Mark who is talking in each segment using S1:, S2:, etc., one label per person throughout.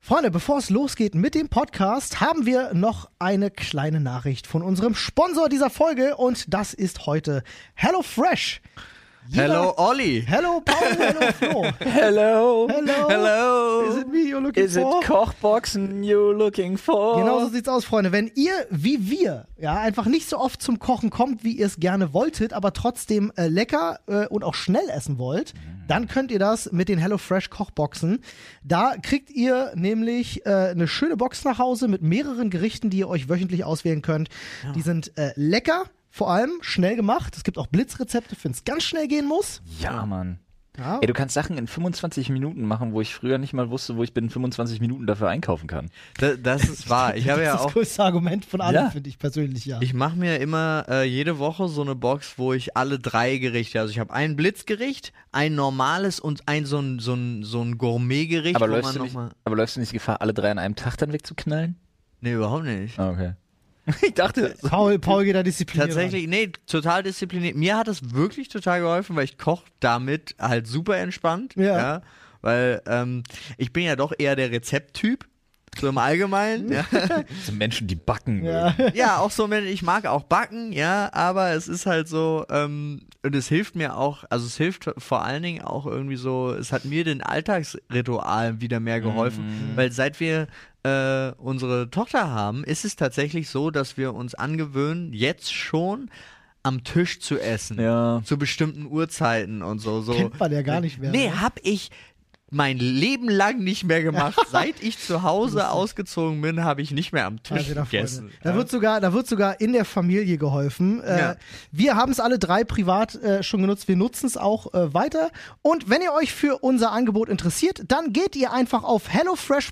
S1: Freunde, bevor es losgeht mit dem Podcast, haben wir noch eine kleine Nachricht von unserem Sponsor dieser Folge und das ist heute HelloFresh.
S2: Hello, Olli.
S1: Hello Paul, hello Flo.
S3: Hello.
S1: Hello.
S2: Hello.
S1: Is it me you're looking
S3: Is it
S1: for?
S3: Kochboxen you looking for?
S1: Genau
S2: Oh.
S1: so sieht's aus, Freunde. Wenn ihr wie wir ja einfach nicht so oft zum Kochen kommt, wie ihr es gerne wolltet, aber trotzdem äh, lecker äh, und auch schnell essen wollt,
S2: Mhm.
S1: dann könnt ihr das mit den HelloFresh Kochboxen. Da kriegt ihr nämlich äh, eine schöne Box nach Hause mit mehreren Gerichten, die ihr euch wöchentlich auswählen könnt. Die sind äh, lecker. Vor allem schnell gemacht. Es gibt auch Blitzrezepte, wenn es ganz schnell gehen muss.
S3: Ja, Mann.
S1: Ja,
S3: Ey, du kannst Sachen in 25 Minuten machen, wo ich früher nicht mal wusste, wo ich binnen 25 Minuten dafür einkaufen kann.
S2: Da, das ist wahr. Ich habe
S1: das
S2: ja
S1: ist das
S2: auch.
S1: größte Argument von allen,
S3: Ja.
S1: finde ich persönlich, ja.
S2: Ich mache mir immer äh, jede Woche so eine Box, wo ich alle drei Gerichte, also ich habe ein Blitzgericht, ein normales und ein so ein, so ein, so ein Gourmetgericht,
S3: Aber
S2: wo
S3: läufst,
S2: man
S3: du nicht,
S2: nochmal.
S3: aber läufst du nicht Gefahr, alle drei an einem Tag dann wegzuknallen?
S2: Nee, überhaupt nicht.
S3: Ah, okay. Ich dachte, so-
S1: Paul, Paul geht da diszipliniert. ran.
S2: Tatsächlich, nee, total diszipliniert. Mir hat es wirklich total geholfen, weil ich koche damit halt super entspannt.
S1: Ja.
S2: Ja. weil ähm, ich bin ja doch eher der Rezepttyp. So im Allgemeinen. ja.
S3: so Menschen, die backen.
S1: Ja.
S3: mögen.
S2: ja, auch so, wenn- ich mag auch backen, ja, aber es ist halt so, ähm, und es hilft mir auch, also es hilft vor allen Dingen auch irgendwie so, es hat mir den Alltagsritualen wieder mehr geholfen,
S1: Mhm.
S2: weil seit wir äh, unsere Tochter haben, ist es tatsächlich so, dass wir uns angewöhnen, jetzt schon am Tisch zu essen.
S3: Ja.
S2: Zu bestimmten Uhrzeiten und so. so.
S1: Kennt man ja gar nicht mehr,
S2: Nee,
S1: ne?
S2: hab ich mein Leben lang nicht mehr gemacht. Seit ich zu Hause ausgezogen bin, habe ich nicht mehr am Tisch
S1: Also da,
S2: gegessen.
S1: Freunde. da wird sogar, da wird sogar in der Familie geholfen. Äh,
S2: Ja.
S1: Wir haben es alle drei privat äh, schon genutzt. Wir nutzen es auch äh, weiter. Und wenn ihr euch für unser Angebot interessiert, dann geht ihr einfach auf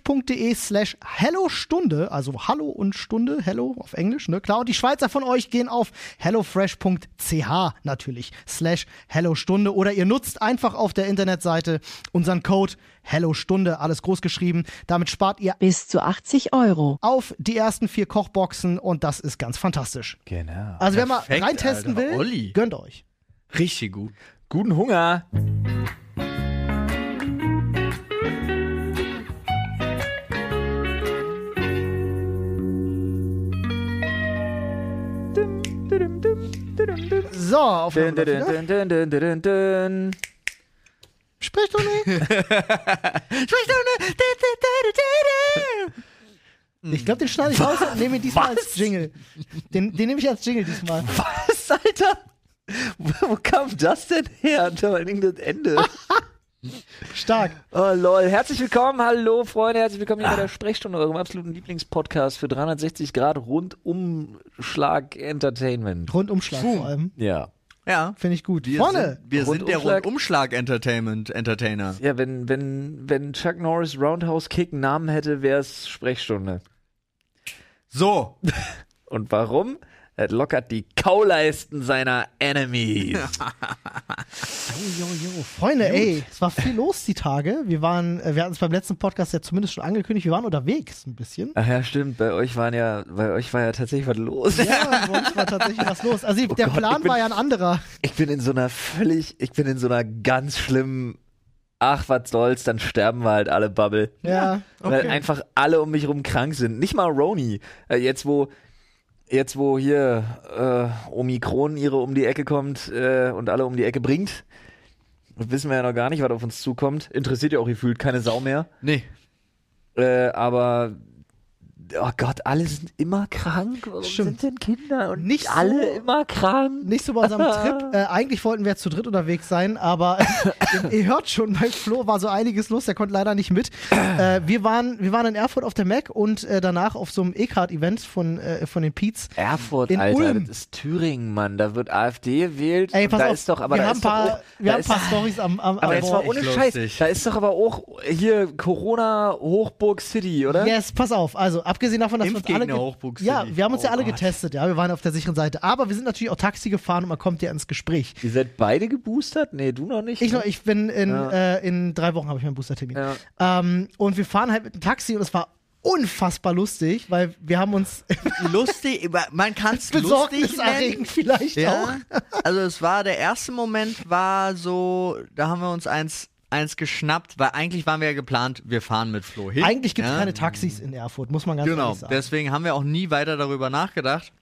S1: hellofresh.de/slash hellostunde, also Hallo und Stunde, Hello auf Englisch, ne? Klar. Und die Schweizer von euch gehen auf hellofresh.ch natürlich slash hellostunde oder ihr nutzt einfach auf der Internetseite unseren Code hellostunde, alles groß geschrieben. Damit spart ihr
S4: bis zu 80 Euro.
S1: auf die ersten vier Kochboxen und das ist ganz fantastisch.
S3: Genau.
S1: Also wer mal
S2: Perfekt,
S1: reintesten
S2: Alter.
S1: will,
S2: Olli.
S1: gönnt euch.
S2: Richtig gut.
S3: Guten Hunger.
S1: So, auf
S3: Dun, dun,
S1: wieder.
S3: dun, dun, dun, dun, dun.
S1: Sprich doch nicht. Ich glaube, den schneide ich raus und nehme ihn diesmal als Jingle. Den, den nehme ich als Jingle diesmal.
S3: Was, Alter? Wo wo kam das denn her? Und vor allen Dingen das Ende.
S1: Stark.
S3: Oh lol, herzlich willkommen, hallo Freunde, herzlich willkommen hier bei der Sprechstunde, eurem absoluten Lieblingspodcast für 360 Grad Rundumschlag Entertainment.
S1: Rundumschlag vor allem.
S3: Ja.
S2: Ja.
S1: Finde ich gut.
S2: Wir
S1: Vorne.
S2: sind, wir sind der
S3: Rundumschlag.
S2: Rundumschlag-Entertainment-Entertainer.
S3: Ja, wenn, wenn, wenn Chuck Norris Roundhouse Kick einen Namen hätte, wäre es Sprechstunde.
S2: So,
S3: Und warum? Er lockert die Kauleisten seiner Enemies.
S1: Jo, jo. Freunde, ey, es war viel los die Tage. Wir waren, äh, wir hatten es beim letzten Podcast ja zumindest schon angekündigt, wir waren unterwegs ein bisschen.
S3: Ach ja, stimmt, bei euch waren ja, bei euch war ja tatsächlich was los.
S1: Ja, bei uns war tatsächlich was los. Also der
S3: Oh Gott, ich
S1: Plan
S3: bin-
S1: war ja ein anderer.
S3: Ich bin in so einer völlig, ich bin in so einer ganz schlimmen, ach was soll's, dann sterben wir halt alle Bubble.
S1: Ja,
S3: Weil einfach alle um mich rum krank sind. Nicht mal Roni. Äh, jetzt wo, jetzt wo hier äh, Omikron ihre um die Ecke kommt äh, und alle um die Ecke bringt, wissen wir ja noch gar nicht, was auf uns zukommt. Interessiert ja auch gefühlt keine Sau mehr.
S2: nee.
S3: Äh, aber oh Gott, alle sind immer krank. Warum
S1: Stimmt.
S3: sind denn Kinder und
S1: Nicht
S3: nicht alle
S1: so-
S3: immer krank?
S1: nicht so bei unserem Trip. Äh, eigentlich wollten wir zu dritt unterwegs sein, aber ihr, ihr hört schon, bei Flo war so einiges los, der konnte leider nicht mit. Äh, wir, waren, wir waren in Erfurt auf der Mac und äh, danach auf so einem E-Card-Event von, äh, von den Peets.
S3: Erfurt,
S1: In
S3: Alter,
S1: Ulm.
S3: das ist Thüringen, Mann. Da wird AfD gewählt.
S1: Ey,
S3: und
S1: pass
S3: da
S1: auf,
S3: ist doch, aber
S1: wir
S3: da
S1: haben ein
S3: ist doch
S1: paar,
S3: auch,
S1: wir
S3: da
S1: haben ein
S3: ist
S1: paar Stories am, am, am
S3: Aber jetzt mal
S1: Board.
S3: ohne
S2: echt
S3: Scheiß,
S2: lustig.
S3: da ist doch aber auch hier Corona Hochburg City, oder?
S1: Yes, pass auf. Also, abgesehen davon, dass wir uns alle.
S2: Impfgegner
S1: ge-
S2: Hochburg City.
S1: Ja, wir haben uns ja
S2: Oh
S1: alle
S2: Gott.
S1: getestet, ja. Wir waren auf der sicheren Seite. Aber wir sind natürlich auch Taxi gefahren und man kommt ja ins Gespräch.
S3: Ihr seid beide geboostert? Nee, du noch nicht.
S1: Ich,
S3: ne?
S1: noch, ich bin in,
S3: Ja.
S1: äh, in drei Wochen habe ich meinen Boostertermin.
S3: Ja.
S1: Ähm, und wir fahren halt mit dem Taxi und es war unfassbar lustig, weil wir haben uns
S2: Lustig, aber man kann es lustig nennen.
S1: besorgniserregend vielleicht
S2: Ja.
S1: auch.
S2: Also es war der erste Moment war so, da haben wir uns eins eins geschnappt, weil eigentlich waren wir ja geplant, wir fahren mit Flo hin.
S1: Eigentlich gibt es
S2: ja?
S1: keine Taxis in Erfurt, muss man ganz
S2: Genau,
S1: ehrlich sagen.
S2: deswegen haben wir auch nie weiter darüber nachgedacht.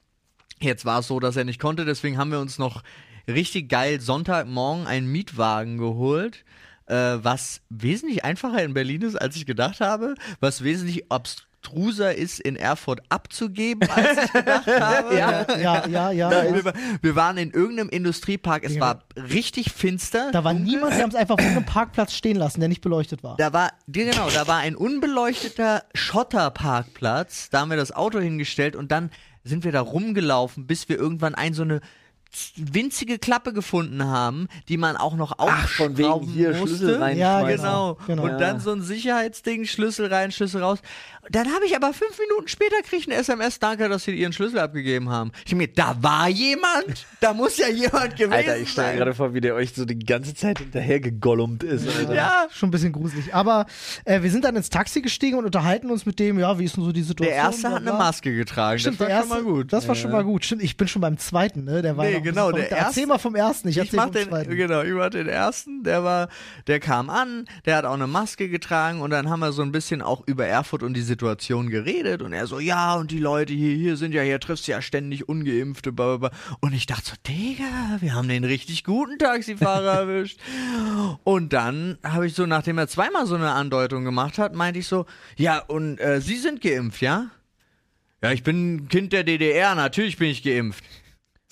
S2: Jetzt war es so, dass er nicht konnte, deswegen haben wir uns noch richtig geil Sonntagmorgen einen Mietwagen geholt, äh, was wesentlich einfacher in Berlin ist, als ich gedacht habe, was wesentlich abstruser ist, in Erfurt abzugeben, als ich gedacht habe.
S3: Ja.
S1: ja, ja, ja. ja.
S2: Wir, wa- wir waren in irgendeinem Industriepark, es war richtig finster.
S1: Da war niemand, die haben es einfach auf einem Parkplatz stehen lassen, der nicht beleuchtet war.
S2: Da war, die- genau, da war ein unbeleuchteter Schotterparkplatz. Da haben wir das Auto hingestellt und dann sind wir da rumgelaufen, bis wir irgendwann ein so eine winzige Klappe gefunden haben, die man auch noch
S3: Ach, von wegen
S2: aufschrauben
S3: hier
S2: musste.
S3: Schlüssel rein.
S1: Ja,
S2: Genau.
S1: Genau.
S2: Und dann so ein Sicherheitsding, Schlüssel rein, Schlüssel raus. Dann habe ich aber fünf Minuten später krieg ich eine SMS, danke, dass sie ihren Schlüssel abgegeben haben. Ich denk mir, da war jemand, da muss ja jemand gewesen
S3: Alter, ich stelle
S2: sein.
S3: mir gerade vor, wie der euch so die ganze Zeit hinterher gegollumt ist. Alter.
S2: ja,
S1: Schon ein bisschen gruselig. Aber äh, wir sind dann ins Taxi gestiegen und unterhalten uns mit dem, ja, wie ist denn so die Situation?
S2: der erste hat eine
S1: bla, bla.
S2: Maske getragen.
S1: Stimmt,
S2: das
S1: der
S2: war
S1: erste,
S2: schon mal gut.
S1: Das war schon mal gut. Stimmt, ich bin schon beim zweiten, ne? Der war
S2: Nee,
S1: noch ein bisschen
S2: genau,
S1: verrückter.
S2: der erste-
S1: Erzähl mal vom ersten, ich
S2: Ich
S1: erzähl
S2: mach
S1: vom
S2: den,
S1: zweiten.
S2: genau, ich mach den ersten, der war, der kam an, der hat auch eine Maske getragen und dann haben wir so ein bisschen auch über Erfurt und die Situation geredet und er so, ja, und die Leute hier, hier sind ja, hier triffst du ja ständig Ungeimpfte, bla, bla, bla. Und ich dachte so, Digga, wir haben den richtig guten Taxifahrer erwischt. Und dann habe ich so, nachdem er zweimal so eine Andeutung gemacht hat, meinte ich so, ja, und äh, Sie sind geimpft, ja? Ja, ich bin ein Kind der DDR, natürlich bin ich geimpft.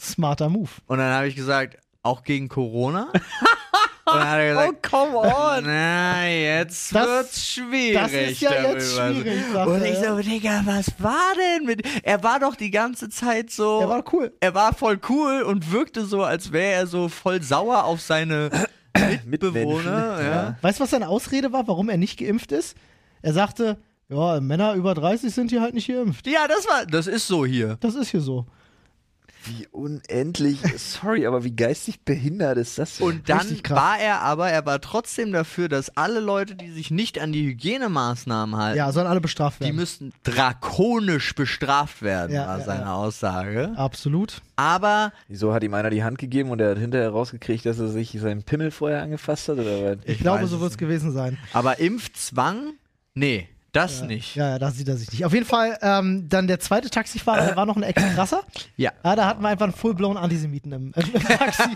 S1: Smarter Move.
S2: Und dann habe ich gesagt, auch gegen Corona? Und dann hat er gesagt,
S3: come on!
S2: na, jetzt
S1: Oh, Das-
S2: wird's schwierig.
S1: das ist ja jetzt
S2: darüber.
S1: schwierig, sagt
S2: Und
S1: er,
S2: ich so,
S1: ja.
S2: Digga, was war denn mit. Er war doch die ganze Zeit so.
S1: Der war doch cool.
S2: Er war voll cool und wirkte so, als wäre er so voll sauer auf seine Mitbewohner. ja.
S1: Weißt du, was seine Ausrede war, warum er nicht geimpft ist? Er sagte, ja, Männer über 30 sind hier halt nicht geimpft.
S2: ja, das war. Das ist so hier.
S1: Das ist hier so.
S3: Wie unendlich, sorry, aber wie geistig behindert ist das denn?
S2: Und dann
S1: Richtig krass.
S2: war er aber, er war trotzdem dafür, dass alle Leute, die sich nicht an die Hygienemaßnahmen halten,
S1: Ja, sollen alle bestraft
S2: Die
S1: werden.
S2: müssten drakonisch bestraft werden,
S1: Ja,
S2: war
S1: ja,
S2: seine
S1: ja.
S2: Aussage.
S1: Absolut.
S2: Aber
S3: Wieso hat ihm einer die Hand gegeben und er hat hinterher rausgekriegt, dass er sich seinen Pimmel vorher angefasst hat? Oder was?
S1: Ich,
S2: Ich
S1: glaube,
S2: weiß
S1: so
S2: es
S1: wird es gewesen sein.
S2: Aber Impfzwang? Nee, das nicht. Ja.
S1: Ja, ja, da sieht er sich nicht. Auf jeden Fall, ähm, dann der zweite Taxifahrer, der war noch ein extra krasser. Ja, da hatten wir einfach einen full-blown Antisemiten im, im Taxi.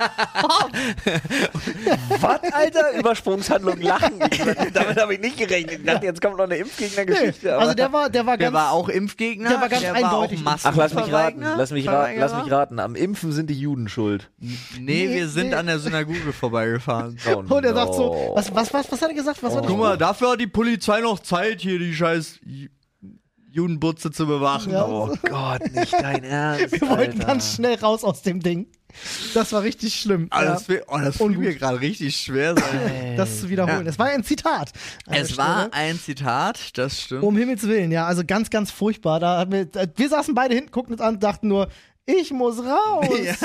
S3: Was, Alter? Übersprungshandlung lachen. Ich- Damit habe ich nicht gerechnet. Ich dachte, jetzt kommt noch eine Impfgegnergeschichte.
S1: Nee, also
S3: aber-
S1: der war, der war
S2: Der
S1: ganz.
S2: war auch Impfgegner.
S1: der war ganz eindeutig.
S2: Auch Masken-
S3: Ach, lass mich raten.
S2: Verweigner-
S3: Lass mich raten. Lass mich
S2: Verweigerer.
S3: raten. Am Impfen sind die Juden schuld.
S2: Nee,
S1: Nee,
S2: wir sind
S1: nee.
S2: an der Synagoge vorbeigefahren.
S3: Oh,
S1: und er sagt so,
S3: no.
S1: was, was, was, was hat er gesagt? Was war
S2: Guck mal, dafür hat die Polizei noch Zeit, hier die scheiß Ju- Judenbutze zu bewachen.
S1: Ja.
S3: Oh Gott, nicht dein Ernst.
S1: Wir wollten
S3: Alter.
S1: ganz schnell raus aus dem Ding. Das war richtig schlimm.
S2: Ah,
S1: ja.
S2: das fiel, oh, das fiel
S1: Ungut.
S2: mir gerade richtig schwer. Sein.
S1: das zu wiederholen.
S2: Ja.
S1: Es war ein Zitat. an der
S2: es war
S1: Stelle.
S2: ein Zitat, das stimmt.
S1: Um Himmels Willen, ja, also ganz, ganz furchtbar. Da haben wir, da- wir saßen beide hinten, guckten uns an, dachten nur, ich muss raus.
S2: Ja,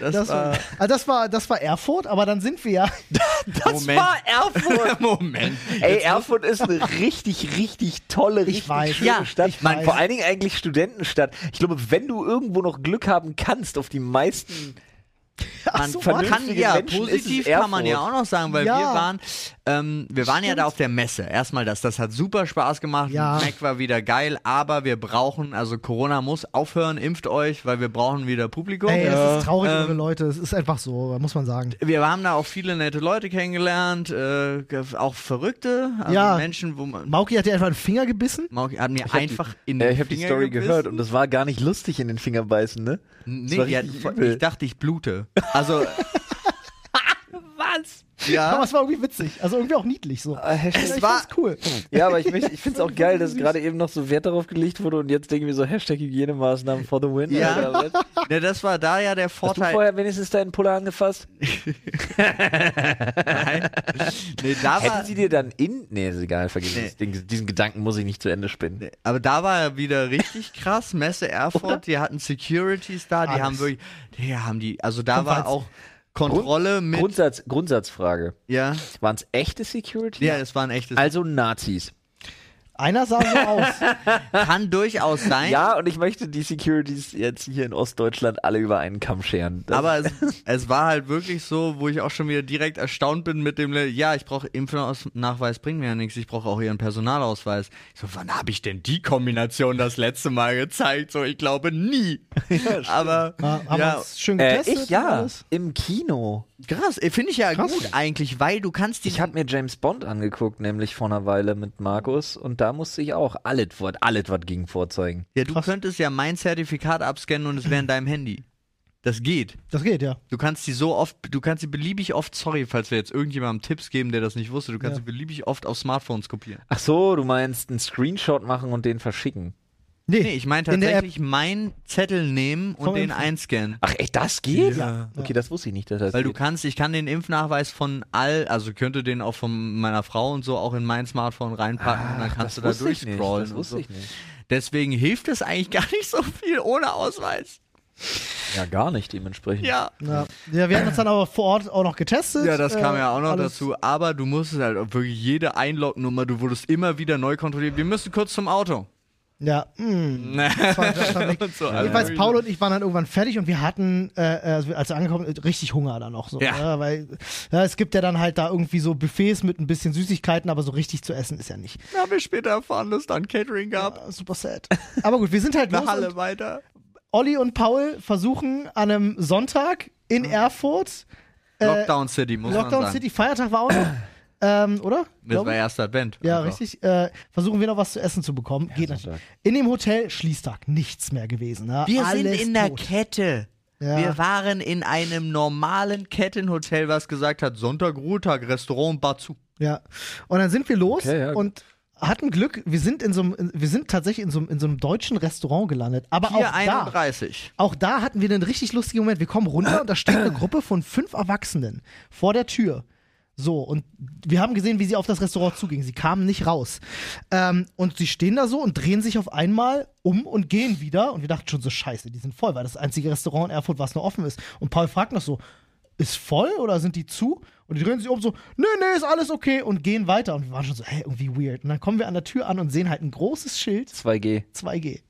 S2: das,
S1: Das, war,
S2: war,
S1: also das war, das war Erfurt, aber dann sind wir ja.
S2: das Moment.
S3: war Erfurt.
S2: Moment.
S3: Ey, Erfurt ist eine richtig, richtig tolle, richtig
S1: weiß.
S3: schöne
S1: Ja,
S3: Stadt.
S1: ich weiß.
S3: Vor allen Dingen eigentlich Studentenstadt. Ich glaube, wenn du irgendwo noch Glück haben kannst, auf die meisten
S1: Ach
S2: Man
S1: so,
S3: vernünftige
S1: warte.
S2: kann ja
S3: Menschen
S2: positiv
S3: ist es
S2: kann man ja auch
S3: Erfurt.
S2: noch sagen, weil
S1: Ja.
S2: wir waren, ähm, wir waren ja da auf der Messe. Erstmal das, das hat super Spaß gemacht.
S1: Ja.
S2: Mac war wieder geil, aber wir brauchen, also Corona muss aufhören, impft euch, weil wir brauchen wieder Publikum.
S1: Ey, es ist traurig
S2: Ähm,
S1: ohne Leute. Es ist einfach so, muss man sagen.
S2: wir haben da auch viele nette Leute kennengelernt, äh, ge- auch Verrückte, also
S1: Ja.
S2: Menschen, wo man
S1: Mauki hat dir einfach einen Finger gebissen.
S2: Mauki hat mir
S3: hab
S2: einfach
S3: die,
S2: in
S3: äh,
S2: den
S3: Ich habe die
S2: Finger
S3: Story
S2: gebissen.
S3: gehört und das war gar nicht lustig in den Finger beißen, ne? Das
S2: Nee,
S3: war
S2: die hat,
S3: richtig übel.
S2: ich dachte, ich blute. Also
S3: Was?
S2: ja,
S1: Aber es war irgendwie witzig. Also irgendwie auch niedlich so.
S3: Ah, Hashtag,
S1: ich
S2: war-
S1: find's cool.
S3: ja, aber ich, möcht- ich finde es auch geil, dass gerade eben noch so Wert darauf gelegt wurde und jetzt denken wir so Hashtag Hygienemaßnahmen for the win.
S2: Ja.
S3: Alter.
S2: ne, das war da ja der
S3: Hast du
S2: Vorteil.
S3: vorher wenigstens deinen Puller angefasst?
S2: Nee, da war,
S3: Hätten sie dir dann in... Nee, ist egal, vergiss
S2: Nee.
S3: es. Den, diesen Gedanken muss ich nicht zu Ende spinnen.
S2: Aber da war er wieder richtig krass. Messe Erfurt, die hatten Securities da, die
S1: Alles.
S2: haben wirklich, die haben die, also da
S1: Und
S2: war
S1: weil's-
S2: auch Kontrolle mit,
S3: Grundsatz, Grundsatzfrage.
S2: ja,
S3: Waren es echte Security?
S2: ja, es war ein echtes.
S3: Also Nazis.
S1: Einer sah so aus.
S2: Kann durchaus sein.
S3: Ja, und ich möchte die Securities jetzt hier in Ostdeutschland alle über einen Kamm scheren. Das-
S2: Aber es, es war halt wirklich so, wo ich auch schon wieder direkt erstaunt bin mit dem, Le- ja, ich brauche Impfnachweis, bringt mir ja nichts, ich brauche auch ihren Personalausweis. Ich so, wann habe ich denn die Kombination das letzte Mal gezeigt? So, ich glaube nie. Aber
S1: Ja, haben wir
S2: ja,
S1: uns schön
S3: äh,
S1: getestet.
S3: ich ja,
S1: und alles?
S3: im Kino.
S2: krass, äh, finde ich ja
S1: Krass.
S2: gut eigentlich, weil du kannst die.
S3: Ich habe mir James Bond angeguckt, nämlich vor einer Weile mit Markus, und da musste ich auch alles, was- alles was ging vorzeigen.
S2: ja, du
S1: Krass.
S2: könntest ja mein Zertifikat abscannen und es wäre in deinem Handy. Das geht.
S1: Das geht, ja.
S2: Du kannst sie so oft, du kannst sie beliebig oft, sorry, falls wir jetzt irgendjemandem Tipps geben, der das nicht wusste, du kannst
S1: Ja.
S2: sie beliebig oft auf Smartphones kopieren.
S3: Ach so, du meinst einen Screenshot machen und den verschicken.
S1: Nee,
S2: Nee, ich meine
S1: in der
S2: tatsächlich meinen Zettel nehmen und
S1: Vom
S2: den
S1: Impfen.
S2: einscannen.
S3: Ach echt, das geht?
S1: Ja.
S3: Okay, das wusste ich nicht, dass das
S2: Weil du
S3: geht.
S2: kannst, ich kann den Impfnachweis von all, also könnte den auch von meiner Frau und so auch in mein Smartphone reinpacken und dann kannst du da
S3: wusste ich nicht,
S2: durchscrollen.
S3: Ah, das
S2: und
S3: wusste
S2: so.
S3: ich nicht.
S2: Deswegen hilft es eigentlich gar nicht so viel ohne Ausweis.
S3: Ja, gar nicht dementsprechend.
S2: Ja.
S1: Ja. ja, wir haben uns dann aber vor Ort auch noch getestet.
S2: Ja, das kam
S1: Äh,
S2: ja auch noch
S1: alles-
S2: dazu. Aber du musstest halt auch wirklich jede Einloggnummer, du wurdest immer wieder neu kontrolliert. Wir müssen kurz zum Auto.
S1: Ja, mm. das war, das war
S2: Und so,
S1: Ich weiß, Paul und ich waren dann irgendwann fertig und wir hatten, äh, also als wir angekommen sind, richtig Hunger dann auch so.
S2: Ja.
S1: ne? weil ja, es gibt ja dann halt da irgendwie so Buffets mit ein bisschen Süßigkeiten, aber so richtig zu essen ist ja nicht.
S2: Haben wir später erfahren, dass es dann Catering gab.
S1: Ah, super sad. Aber gut, wir sind halt los
S2: Eine
S1: und
S2: Halle weiter.
S1: Olli und Paul versuchen an einem Sonntag in Erfurt, äh,
S2: Lockdown City, Hm. muss man
S1: Lockdown
S2: sagen.
S1: City, Feiertag war auch noch, ähm, oder?
S2: Das
S1: Glaube
S2: war
S1: ich.
S2: erster Advent. Also.
S1: Ja,
S2: Einfach.
S1: richtig. Äh, versuchen wir noch was zu essen zu bekommen. Geht natürlich.
S3: Sonntag.
S1: In dem Hotel Schließtag nichts mehr gewesen. Ne?
S2: Wir
S1: Alles
S2: sind in der
S1: tot.
S2: Kette.
S1: Ja.
S2: Wir waren in einem normalen Kettenhotel, was gesagt hat, Sonntag, Ruhetag, Restaurant, Bar zu.
S1: Ja. Und dann sind wir los
S3: Okay, ja.
S1: und hatten Glück. Wir sind in so einem, in- wir sind tatsächlich in so einem, in so einem deutschen Restaurant gelandet. Aber auch da,
S2: 431.
S1: auch da hatten wir einen richtig lustigen Moment. Wir kommen runter und da steht eine Gruppe von fünf Erwachsenen vor der Tür. So, und wir haben gesehen, wie sie auf das Restaurant zuging. Sie kamen nicht raus. Ähm, und sie stehen da so und drehen sich auf einmal um und gehen wieder. Und wir dachten schon so, scheiße, die sind voll, weil das einzige Restaurant in Erfurt, was noch offen ist. Und Paul fragt noch so, ist voll oder sind die zu? Und die drehen sich um so, nee, nee, ist alles okay und gehen weiter. Und wir waren schon so, hey, irgendwie weird. Und dann kommen wir an der Tür an und sehen halt ein großes Schild,
S3: 2G.
S1: 2G.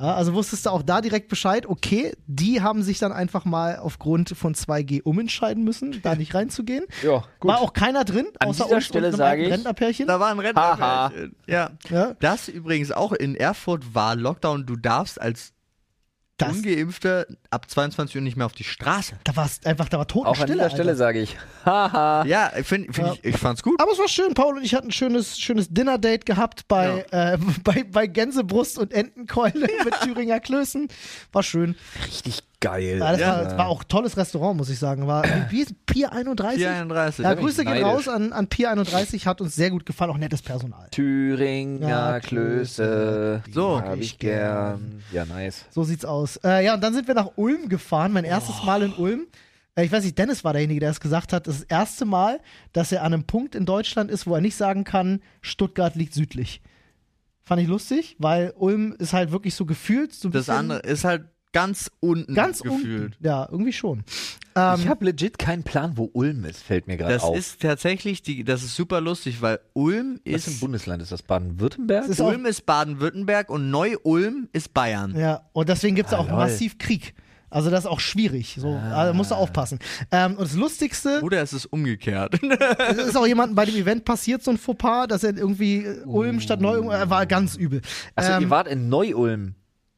S1: Ja, also wusstest du auch da direkt Bescheid, okay, die haben sich dann einfach mal aufgrund von 2G umentscheiden müssen, da nicht reinzugehen.
S3: Ja, gut.
S1: War auch keiner drin,
S3: An
S1: außer
S3: dieser
S1: uns
S3: Stelle
S1: und einem
S3: sage
S1: alten
S3: ich-
S1: Rentnerpärchen.
S2: Da war ein
S3: Haha.
S2: Rentnerpärchen. Ja.
S1: Ja.
S2: Das übrigens auch in Erfurt war Lockdown. Du darfst als
S1: Das-
S2: Ungeimpfter ab 22 Uhr nicht mehr auf die Straße.
S1: Da war es einfach, da war
S3: Auch an
S1: Totenstille.
S3: dieser Stelle
S1: Alter.
S3: sage ich, haha.
S2: Ja, ich find, find
S1: Ah. Ja.
S2: Ich, ich fand's gut.
S1: Aber es war schön, Paul und ich hatten ein schönes, schönes Dinner-Date gehabt bei, äh, bei, bei Gänsebrust und Entenkeule mit Thüringer Klößen. War schön.
S3: Richtig geil.
S1: Ja, das, War, das war auch ein tolles Restaurant, muss ich sagen. War, wie, wie ist es? Pier 31?
S2: 431.
S1: Ja,
S3: bin
S1: Grüße
S3: ich
S1: gehen
S3: neidisch.
S1: raus an, an Pier 31, hat uns sehr gut gefallen, auch nettes Personal.
S3: Thüringer
S1: Ja, Klöße.
S3: Klöße.
S2: So.
S3: Hab ich gern. Ja, nice.
S1: So sieht's aus. Äh, ja, und dann sind wir nach Ulm gefahren, mein erstes Mal in Ulm. Äh, Ich weiß nicht, Dennis war derjenige, der es gesagt hat. Das ist das erste Mal, dass er an einem Punkt in Deutschland ist, wo er nicht sagen kann, Stuttgart liegt südlich. Fand ich lustig, weil Ulm ist halt wirklich so gefühlt. So ein
S2: Das
S1: bisschen
S2: andere ist halt ganz unten
S1: ganz
S2: gefühlt.
S1: unten. Ja, irgendwie schon. Ähm,
S3: Ich habe legit keinen Plan, wo Ulm ist, fällt mir gerade
S2: Das
S3: auf.
S2: ist tatsächlich, die, das ist super lustig, weil Ulm
S3: Was für
S2: ist
S3: ein Bundesland ist das? Baden-Württemberg?
S1: Das ist auch-
S2: Ulm ist Baden-Württemberg und Neu-Ulm ist Bayern.
S1: Ja, und deswegen gibt's
S3: Ah,
S1: auch
S3: lol.
S1: massiv Krieg. Also das ist auch schwierig. So, also musst du aufpassen. Ähm, und das Lustigste,
S2: Oder es ist umgekehrt.
S1: es ist auch jemandem bei dem Event passiert, so ein Fauxpas, dass er irgendwie äh, Ulm statt Neu-Ulm, äh, war ganz übel.
S3: Achso,
S1: Ähm,
S3: ihr wart in Neu-Ulm.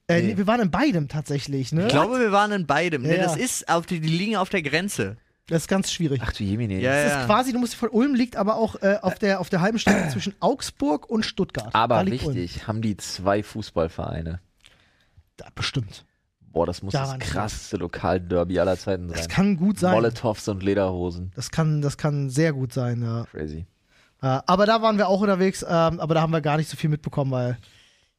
S1: äh, nee, wir waren in beidem tatsächlich, ne?
S2: Ich glaube, wir waren in beidem.
S1: Ja,
S2: ne,
S1: ja.
S2: das ist auf die, die liegen auf der Grenze.
S1: Das ist ganz schwierig.
S3: Ach du Jemine.
S2: Ja,
S1: Das
S2: ja.
S1: ist quasi, du musst von Ulm liegt aber auch äh, auf der auf der halben Strecke zwischen Augsburg und Stuttgart. da
S3: Aber
S1: liegt Ulm.
S3: wichtig, haben die zwei Fußballvereine.
S1: Da, bestimmt.
S3: Boah, das muss
S1: Daran
S3: das krasseste Lokalderby aller Zeiten sein.
S1: Das kann gut sein.
S3: Molotovs und Lederhosen.
S1: Das kann das kann sehr gut sein, ja.
S3: Crazy.
S1: Äh, aber da waren wir auch unterwegs, ähm, aber da haben wir gar nicht so viel mitbekommen, weil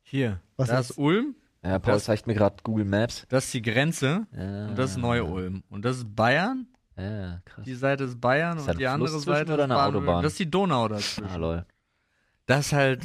S2: Hier.
S1: Was
S2: das
S1: ist?
S2: ist Ulm,
S3: Ja, Paul
S2: Das-
S3: zeigt mir gerade Google Maps.
S2: das ist die Grenze
S3: Ja.
S2: und das ist Neu-Ulm. Und das ist Bayern,
S3: Ja, krass.
S2: die Seite ist Bayern
S3: Ist da
S2: und die
S3: ein Fluss
S2: andere
S3: zwischen
S2: Seite
S3: oder
S2: ist
S3: eine
S2: Baden-Württemberg.
S3: Autobahn?
S2: Das ist die Donau
S3: Ah,
S2: dazwischen.
S3: lol.
S2: Das ist halt.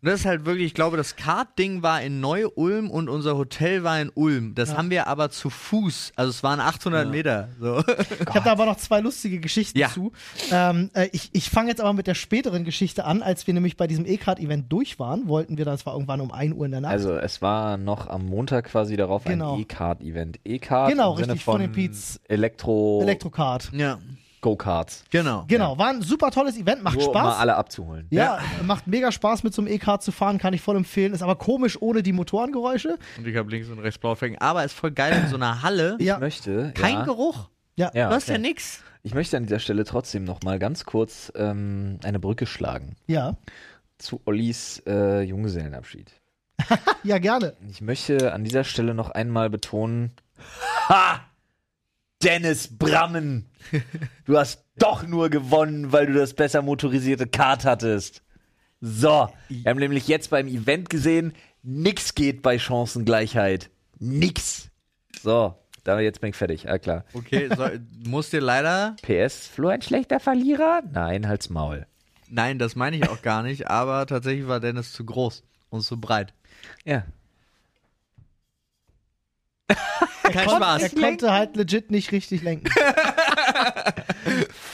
S2: Und das ist halt wirklich, ich glaube, das Kart-Ding war in Neu-Ulm und unser Hotel war in Ulm. Das haben wir aber zu Fuß. Also es waren 800 Meter. So.
S1: Ich habe da aber noch zwei lustige Geschichten
S2: Ja.
S1: zu. Ähm, äh, ich ich fange jetzt aber mit der späteren Geschichte an. Als wir nämlich bei diesem E-Card-Event durch waren, wollten wir dann, es war irgendwann um 1 Uhr in der Nacht.
S3: Also es war noch am Montag quasi darauf
S1: Genau.
S3: ein E-Card-Event. E-Card
S1: Genau,
S3: im Sinne
S1: richtig, von
S3: von
S1: den Pete's
S3: Elektro,
S1: Elektrocard.
S2: Ja,
S3: Go-Karts.
S2: genau.
S1: Genau, war ein super tolles Event, macht
S3: Nur um mal
S1: Spaß.
S3: alle abzuholen.
S1: ja, macht mega Spaß mit so einem E-Card zu fahren, kann ich voll empfehlen. Ist aber komisch ohne die Motorengeräusche.
S2: Und ich habe links und rechts blau fängen. Aber ist voll geil in so einer Halle.
S3: Ich
S1: Ja,
S3: möchte,
S2: Kein
S3: ja,
S2: Geruch.
S1: ja.
S3: Ja,
S2: Du hast ja
S3: okay.
S2: nix.
S3: ich möchte an dieser Stelle trotzdem noch mal ganz kurz ähm, eine Brücke schlagen
S1: ja.
S3: zu Ollis äh, Junggesellenabschied.
S1: Ja, gerne.
S3: Ich möchte an dieser Stelle noch einmal betonen, ha! Dennis Brammen! Du hast doch nur gewonnen, weil du das besser motorisierte Kart hattest. So, wir haben nämlich jetzt beim Event gesehen, nix geht bei Chancengleichheit. Nix. So, da jetzt bin ich fertig. Ah klar.
S2: Okay, so, musst dir leider.
S3: PS, Flo ein schlechter Verlierer? Nein, halt's Maul.
S2: Nein, das meine ich auch gar nicht. Aber tatsächlich war Dennis zu groß und zu breit.
S3: Ja.
S2: Kein
S1: Er
S2: Spaß.
S1: konnte halt legit nicht richtig lenken.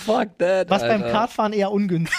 S3: Fuck that.
S1: Was beim
S3: Alter.
S1: Kartfahren eher ungünstig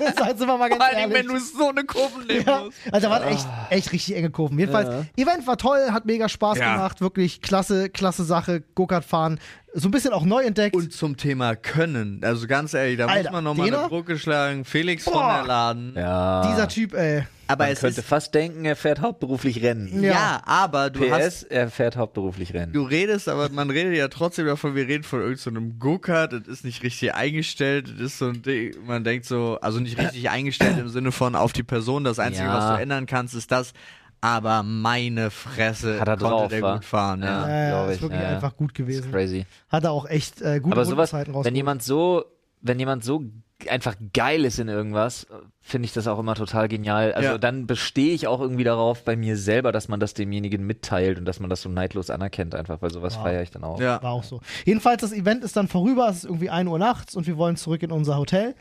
S1: ist. Seien wir mal ganz
S2: Vor allem,
S1: ehrlich.
S2: wenn du so eine Kurve nehmen
S1: ja,
S2: musst.
S1: also waren echt,
S3: Ah.
S1: echt richtig enge Kurven. Jedenfalls, Event war toll, hat mega Spaß
S2: Ja.
S1: gemacht, wirklich klasse, klasse Sache, Go-Kart fahren, so ein bisschen auch neu entdeckt.
S2: Und zum Thema Können. Also ganz ehrlich, da
S1: Alter,
S2: muss man nochmal
S1: Dena?
S2: eine Brücke schlagen. Felix von
S1: Boah.
S2: der Laden.
S3: Ja.
S1: Dieser Typ, ey. äh,
S2: Aber
S3: Man
S2: es
S3: könnte
S2: ist.
S3: fast denken, er fährt hauptberuflich Rennen.
S1: Ja.
S2: Ja, aber du hast
S3: PS, er fährt hauptberuflich Rennen.
S2: Du redest, aber man redet ja trotzdem davon, wir reden von irgendeinem so Go-Kart, das ist nicht richtig eingestellt, das ist so ein Ding, man denkt so, also nicht richtig eingestellt im Sinne von auf die Person, das Einzige,
S3: Ja.
S2: was du ändern kannst, ist das, aber meine Fresse,
S3: Hat er
S2: konnte
S3: drauf,
S2: der
S3: wa?
S2: gut fahren, ja.
S1: Äh,
S3: glaub
S1: ist
S3: ich,
S1: wirklich
S3: ja, ja.
S1: einfach gut gewesen.
S3: Crazy.
S1: Hat er auch echt äh, gute
S3: Aber sowas,
S1: Rundenzeiten
S3: wenn
S1: rausgeholt.
S3: jemand so, wenn jemand so g- einfach geil ist in irgendwas, finde ich das auch immer total genial. Also
S2: Ja.
S3: dann bestehe ich auch irgendwie darauf bei mir selber, dass man das demjenigen mitteilt und dass man das so neidlos anerkennt einfach, weil sowas feiere ich dann auch.
S2: Ja.
S1: War auch so. Jedenfalls, das Event ist dann vorüber, es ist irgendwie 1 Uhr nachts und wir wollen zurück in unser Hotel.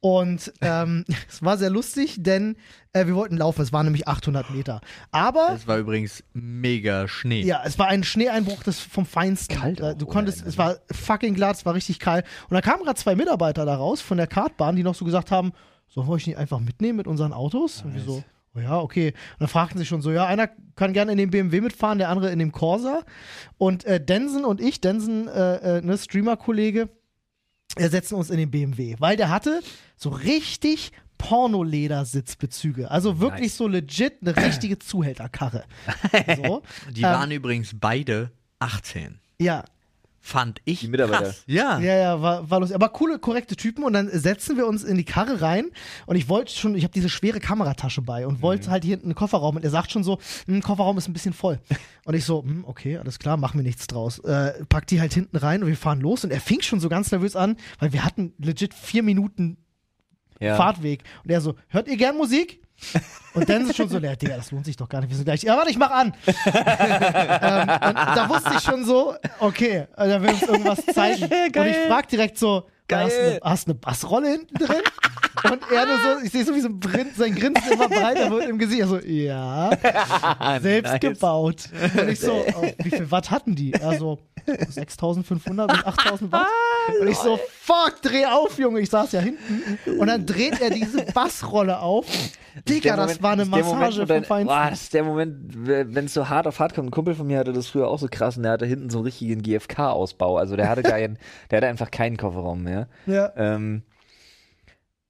S1: Und ähm, es war sehr lustig, denn äh, wir wollten laufen, es waren nämlich 800 Meter. Aber
S2: Das war übrigens mega Schnee.
S1: Ja, es war ein Schneeeinbruch das vom Feinsten.
S3: Kalt
S1: Da-
S3: auch,
S1: du
S3: oder?
S1: konntest, es war fucking glatt, es war richtig kalt. Und da kamen gerade zwei Mitarbeiter da raus von der Kartbahn, die noch so gesagt haben, sollen wir euch nicht einfach mitnehmen mit unseren Autos? Und wir so, oh ja, okay. Und dann fragten sie schon so, ja, einer kann gerne in dem BMW mitfahren, der andere in dem Corsa. Und äh, Densen und ich, Densen, äh, äh, ne, Streamer-Kollege, äh, setzen uns in den BMW, weil der hatte so richtig Pornoleder-Sitzbezüge. Also wirklich so legit eine richtige Zuhälterkarre. So.
S2: Die
S1: Ähm,
S2: waren übrigens beide 18.
S1: ja,
S2: Fand ich
S3: Die Mitarbeiter.
S2: krass. Ja.
S1: Ja, ja, war, war lustig. Aber coole, korrekte Typen. Und dann setzen wir uns in die Karre rein. Und ich wollte schon, ich habe diese schwere Kameratasche bei und wollte halt hier hinten einen Kofferraum. Und er sagt schon so, "Hm, Kofferraum ist ein bisschen voll. Und ich so, "Hm, okay, alles klar, machen wir nichts draus. Äh, pack die halt hinten rein und wir fahren los. Und er fing schon so ganz nervös an, weil wir hatten legit vier Minuten
S3: Ja.
S1: Fahrtweg. Und er so, hört ihr gern Musik? Und dann ist schon so leer, Digga, das lohnt sich doch gar nicht. Wir sind gleich, ja, warte, ich mach an. ähm, und da wusste ich schon so, okay, äh, da will uns irgendwas zeigen. Und ich frag direkt so,
S3: Geil.
S1: hast du eine, hast du eine Bassrolle hinten drin? Und er nur so, ich sehe so, wie so ein Grin- sein Grinsen immer breiter wird im Gesicht. Er so, ja, selbst gebaut. Und ich so, oh, wie viel Watt hatten die? Also 6500 und 8000 Watt. Und ich so, fuck, dreh auf, Junge. Ich saß ja hinten. Und dann dreht er diese Bassrolle auf. Digga,
S3: Der
S1: das war eine
S3: ist der Moment,
S1: Massage
S3: wo
S1: vom
S3: dein- Boah,
S1: Feinsten.
S3: das ist der Moment, wenn es so hart auf hart kommt. Ein Kumpel von mir hatte das früher auch so krass und der hatte hinten so einen richtigen GFK-Ausbau. Also der hatte keinen, der hatte einfach keinen Kofferraum mehr.
S1: Ja.
S3: Ähm,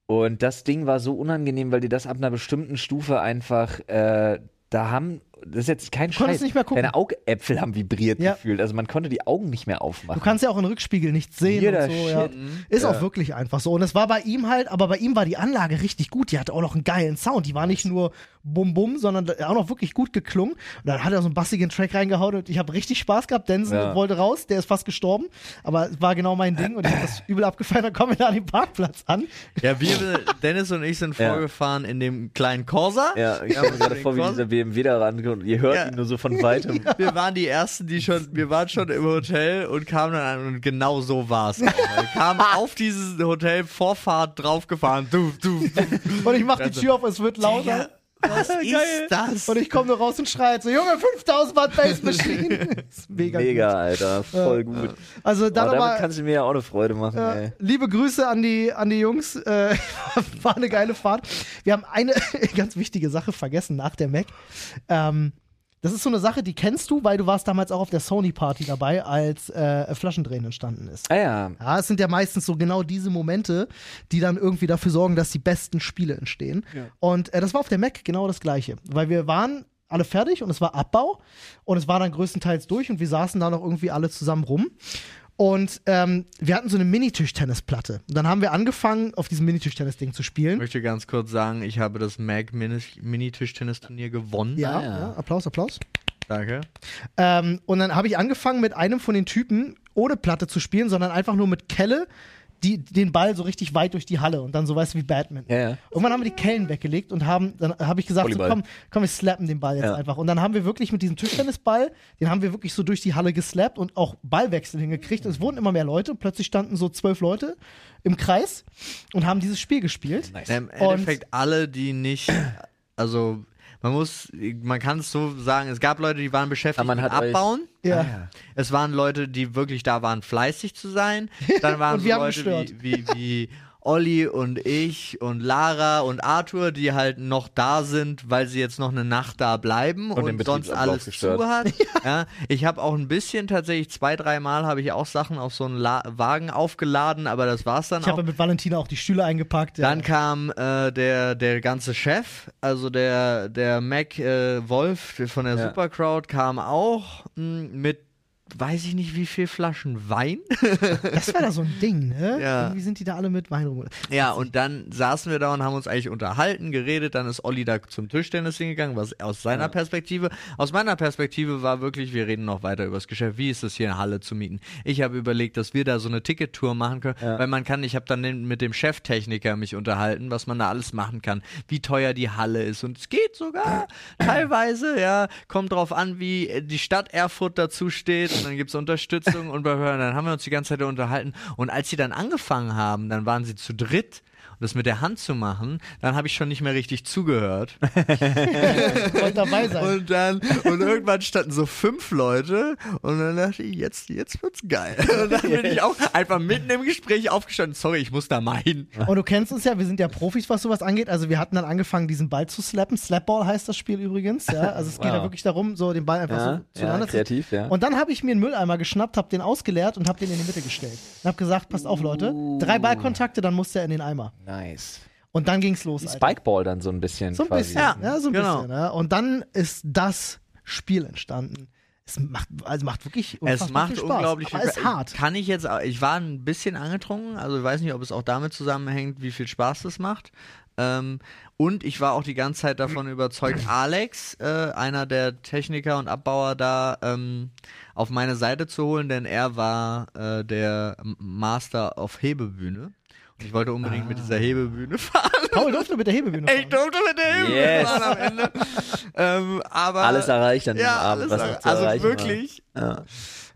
S3: und das Ding war so unangenehm, weil die das ab einer bestimmten Stufe einfach, äh, da haben, das ist jetzt kein
S1: konntest
S3: Scheiß,
S1: nicht mehr gucken.
S3: deine Augäpfel haben vibriert
S1: Ja.
S3: gefühlt. Also man konnte die Augen nicht mehr
S1: Du
S3: aufmachen.
S1: kannst ja auch im Rückspiegel nichts sehen
S3: Jeder
S1: und so, ja.
S3: Shit.
S1: Ist auch wirklich einfach so. Und es war bei ihm halt, aber bei ihm war die Anlage richtig gut. Die hatte auch noch einen geilen Sound. Die war nicht nur bum bum, sondern auch noch wirklich gut geklungen. Und dann hat er so einen bassigen Track reingehauen und ich habe richtig Spaß gehabt. Denson
S3: Ja.
S1: wollte raus, der ist fast gestorben. Aber es war genau mein Ding und ich habe das übel abgefeiert. Dann kommen wir da an den Parkplatz an.
S2: Ja, wir, Dennis und ich sind
S3: Ja.
S2: vorgefahren in dem kleinen Corsa.
S3: ja, ich
S2: Ja,
S3: stelle mir gerade
S2: den
S3: vor, wie
S2: Koffer-
S3: dieser BMW da rankommt. Ihr hört
S2: Ja.
S3: ihn nur so von weitem.
S2: Wir waren die ersten, die schon, wir waren schon im Hotel und kamen dann an und genau so war's. Wir kamen auf dieses Hotel Vorfahrt draufgefahren. Du, du, du.
S1: Und ich mache die Tür auf, es wird lauter.
S2: Digga, Was
S1: Geil.
S2: ist das?
S1: Und ich komme nur raus und schreie so, Junge, 5000 Watt Base Machine. ist mega,
S3: Mega,
S1: gut.
S3: Alter. Voll gut.
S1: Also
S3: Aber
S1: da
S3: damit
S1: nochmal
S3: kannst du mir ja auch eine Freude machen,
S1: äh,
S3: ey.
S1: liebe Grüße an die, an die Jungs. Äh, war eine geile Fahrt. Wir haben eine ganz wichtige Sache vergessen nach der Mac. Ähm, das ist so eine Sache, die kennst du, weil du warst damals auch auf der Sony-Party dabei, als äh, Flaschendrehen entstanden ist.
S3: Ah ja.
S1: Ja, es sind ja meistens so genau diese Momente, die dann irgendwie dafür sorgen, dass die besten Spiele entstehen. Und äh, das war auf der Mac genau das gleiche, weil wir waren alle fertig und es war Abbau und es war dann größtenteils durch und wir saßen da noch irgendwie alle zusammen rum. Und ähm, wir hatten so eine Minitischtennisplatte. Und dann haben wir angefangen, auf diesem Minitischtennis-Ding zu
S2: Ich
S1: spielen.
S2: möchte ganz kurz sagen, ich habe das Mag Mini-Tischtennisturnier gewonnen.
S1: Ja,
S3: Ah, ja.
S1: ja, Applaus, Applaus.
S2: Danke.
S1: Ähm, und dann habe ich angefangen, mit einem von den Typen ohne Platte zu spielen, sondern einfach nur mit Kelle die, den Ball so richtig weit durch die Halle und dann so weißt du wie Batman.
S3: Ja, ja.
S1: Irgendwann haben wir die Kellen weggelegt und haben, dann habe ich gesagt, so,
S3: Volleyball.
S1: komm, komm, wir slappen den Ball jetzt
S3: Ja.
S1: einfach. Und dann haben wir wirklich mit diesem Tischtennisball, den haben wir wirklich so durch die Halle geslappt und auch Ballwechsel hingekriegt. Und es wurden immer mehr Leute. Plötzlich standen so zwölf Leute im Kreis und haben dieses Spiel gespielt.
S3: Nice.
S2: Im Endeffekt alle, die nicht, also man muss, man kann es so sagen, es gab Leute, die waren beschäftigt
S3: Aber man
S2: mit
S3: hat euch-
S2: Abbauen.
S1: Ja.
S3: Ah,
S2: Es waren Leute, die wirklich da waren, fleißig zu sein. Dann waren
S1: Und
S2: so
S1: wir haben
S2: Leute
S1: gestört.
S2: wie, wie, wie Olli und ich und Lara und Arthur, die halt noch da sind, weil sie jetzt noch eine Nacht da bleiben und,
S3: den
S2: sonst
S3: Betriebsablauf
S2: alles
S3: gestört.
S2: zu hat. Ja, ich habe auch ein bisschen tatsächlich zwei, dreimal habe ich auch Sachen auf so einen La Wagen aufgeladen, aber das war's dann
S1: Ich
S2: auch.
S1: habe mit Valentina auch die Stühle eingepackt. Ja.
S2: Dann kam äh, der, der ganze Chef, also der, der Mac äh, Wolf von der
S3: Ja.
S2: Supercrowd kam auch mh, mit weiß ich nicht wie viel Flaschen Wein.
S1: das war da so ein Ding, ne?
S2: Ja.
S1: Irgendwie sind die da alle mit Wein rum.
S2: ja, und dann saßen wir da und haben uns eigentlich unterhalten, geredet, dann ist Olli da zum Tischtennis hingegangen, was aus seiner Perspektive. Aus meiner Perspektive war wirklich, wir reden noch weiter über das Geschäft, wie ist es hier eine Halle zu mieten. Ich habe überlegt, dass wir da so eine Tickettour machen können,
S3: Ja.
S2: weil man kann, ich habe dann den- mit dem Cheftechniker mich unterhalten, was man da alles machen kann, wie teuer die Halle ist und es geht sogar teilweise, ja, kommt drauf an, wie äh, die Stadt Erfurt dazu steht und dann gibt es Unterstützung und bla, bla, bla. dann haben wir uns die ganze Zeit unterhalten und als sie dann angefangen haben, dann waren sie zu dritt und das mit der Hand zu machen, dann habe ich schon nicht mehr richtig zugehört.
S1: Wollt dabei sein.
S2: Und dann, und irgendwann standen so fünf Leute und dann dachte ich, jetzt, jetzt wird's geil. Und dann bin ich auch einfach mitten im Gespräch aufgestanden, sorry, ich muss da mal hin.
S1: Und du kennst uns ja, wir sind ja Profis, was sowas angeht. Also wir hatten dann angefangen, diesen Ball zu slappen. Slapball heißt das Spiel übrigens. Ja? Also es geht
S3: Wow.
S1: ja wirklich darum, so den Ball einfach
S3: Ja,
S1: so
S3: ja,
S1: zueinander zu
S3: kreativ, ja.
S1: Und dann habe ich mir einen Mülleimer geschnappt, habe den ausgeleert und habe den in die Mitte gestellt. Und habe gesagt, passt auf, Leute, drei
S3: Uh.
S1: Ballkontakte, dann muss der in den Eimer.
S3: nice.
S1: Und dann ging's los. Alter.
S3: Spikeball dann so ein bisschen.
S1: So ein
S3: quasi.
S1: bisschen, ja, so ein
S2: Genau.
S1: bisschen. Ja. Und dann ist das Spiel entstanden. Es macht, also macht wirklich
S2: Es
S1: unfassbar
S2: macht
S1: viel Spaß,
S2: unglaublich
S1: aber
S2: viel
S1: ist hart.
S2: Kann ich jetzt, auch- ich war ein bisschen angetrunken, also ich weiß nicht, ob es auch damit zusammenhängt, wie viel Spaß das macht. Ähm, und ich war auch die ganze Zeit davon überzeugt, Alex, äh, einer der Techniker und Abbauer da, ähm, auf meine Seite zu holen, denn er war äh, der M- Master auf Hebebühne. Und ich wollte unbedingt mit
S3: Ah.
S2: dieser Hebebühne fahren.
S1: Paul durfte mit der Hebebühne
S2: Ich
S1: fahren.
S2: durfte mit der Hebebühne
S3: Yes.
S2: fahren am Ende. ähm, aber
S3: Alles erreicht an dem
S2: ja,
S3: Abend,
S2: alles
S3: was noch
S2: erreicht.
S3: zu erreichen
S2: Also
S3: war.
S2: wirklich,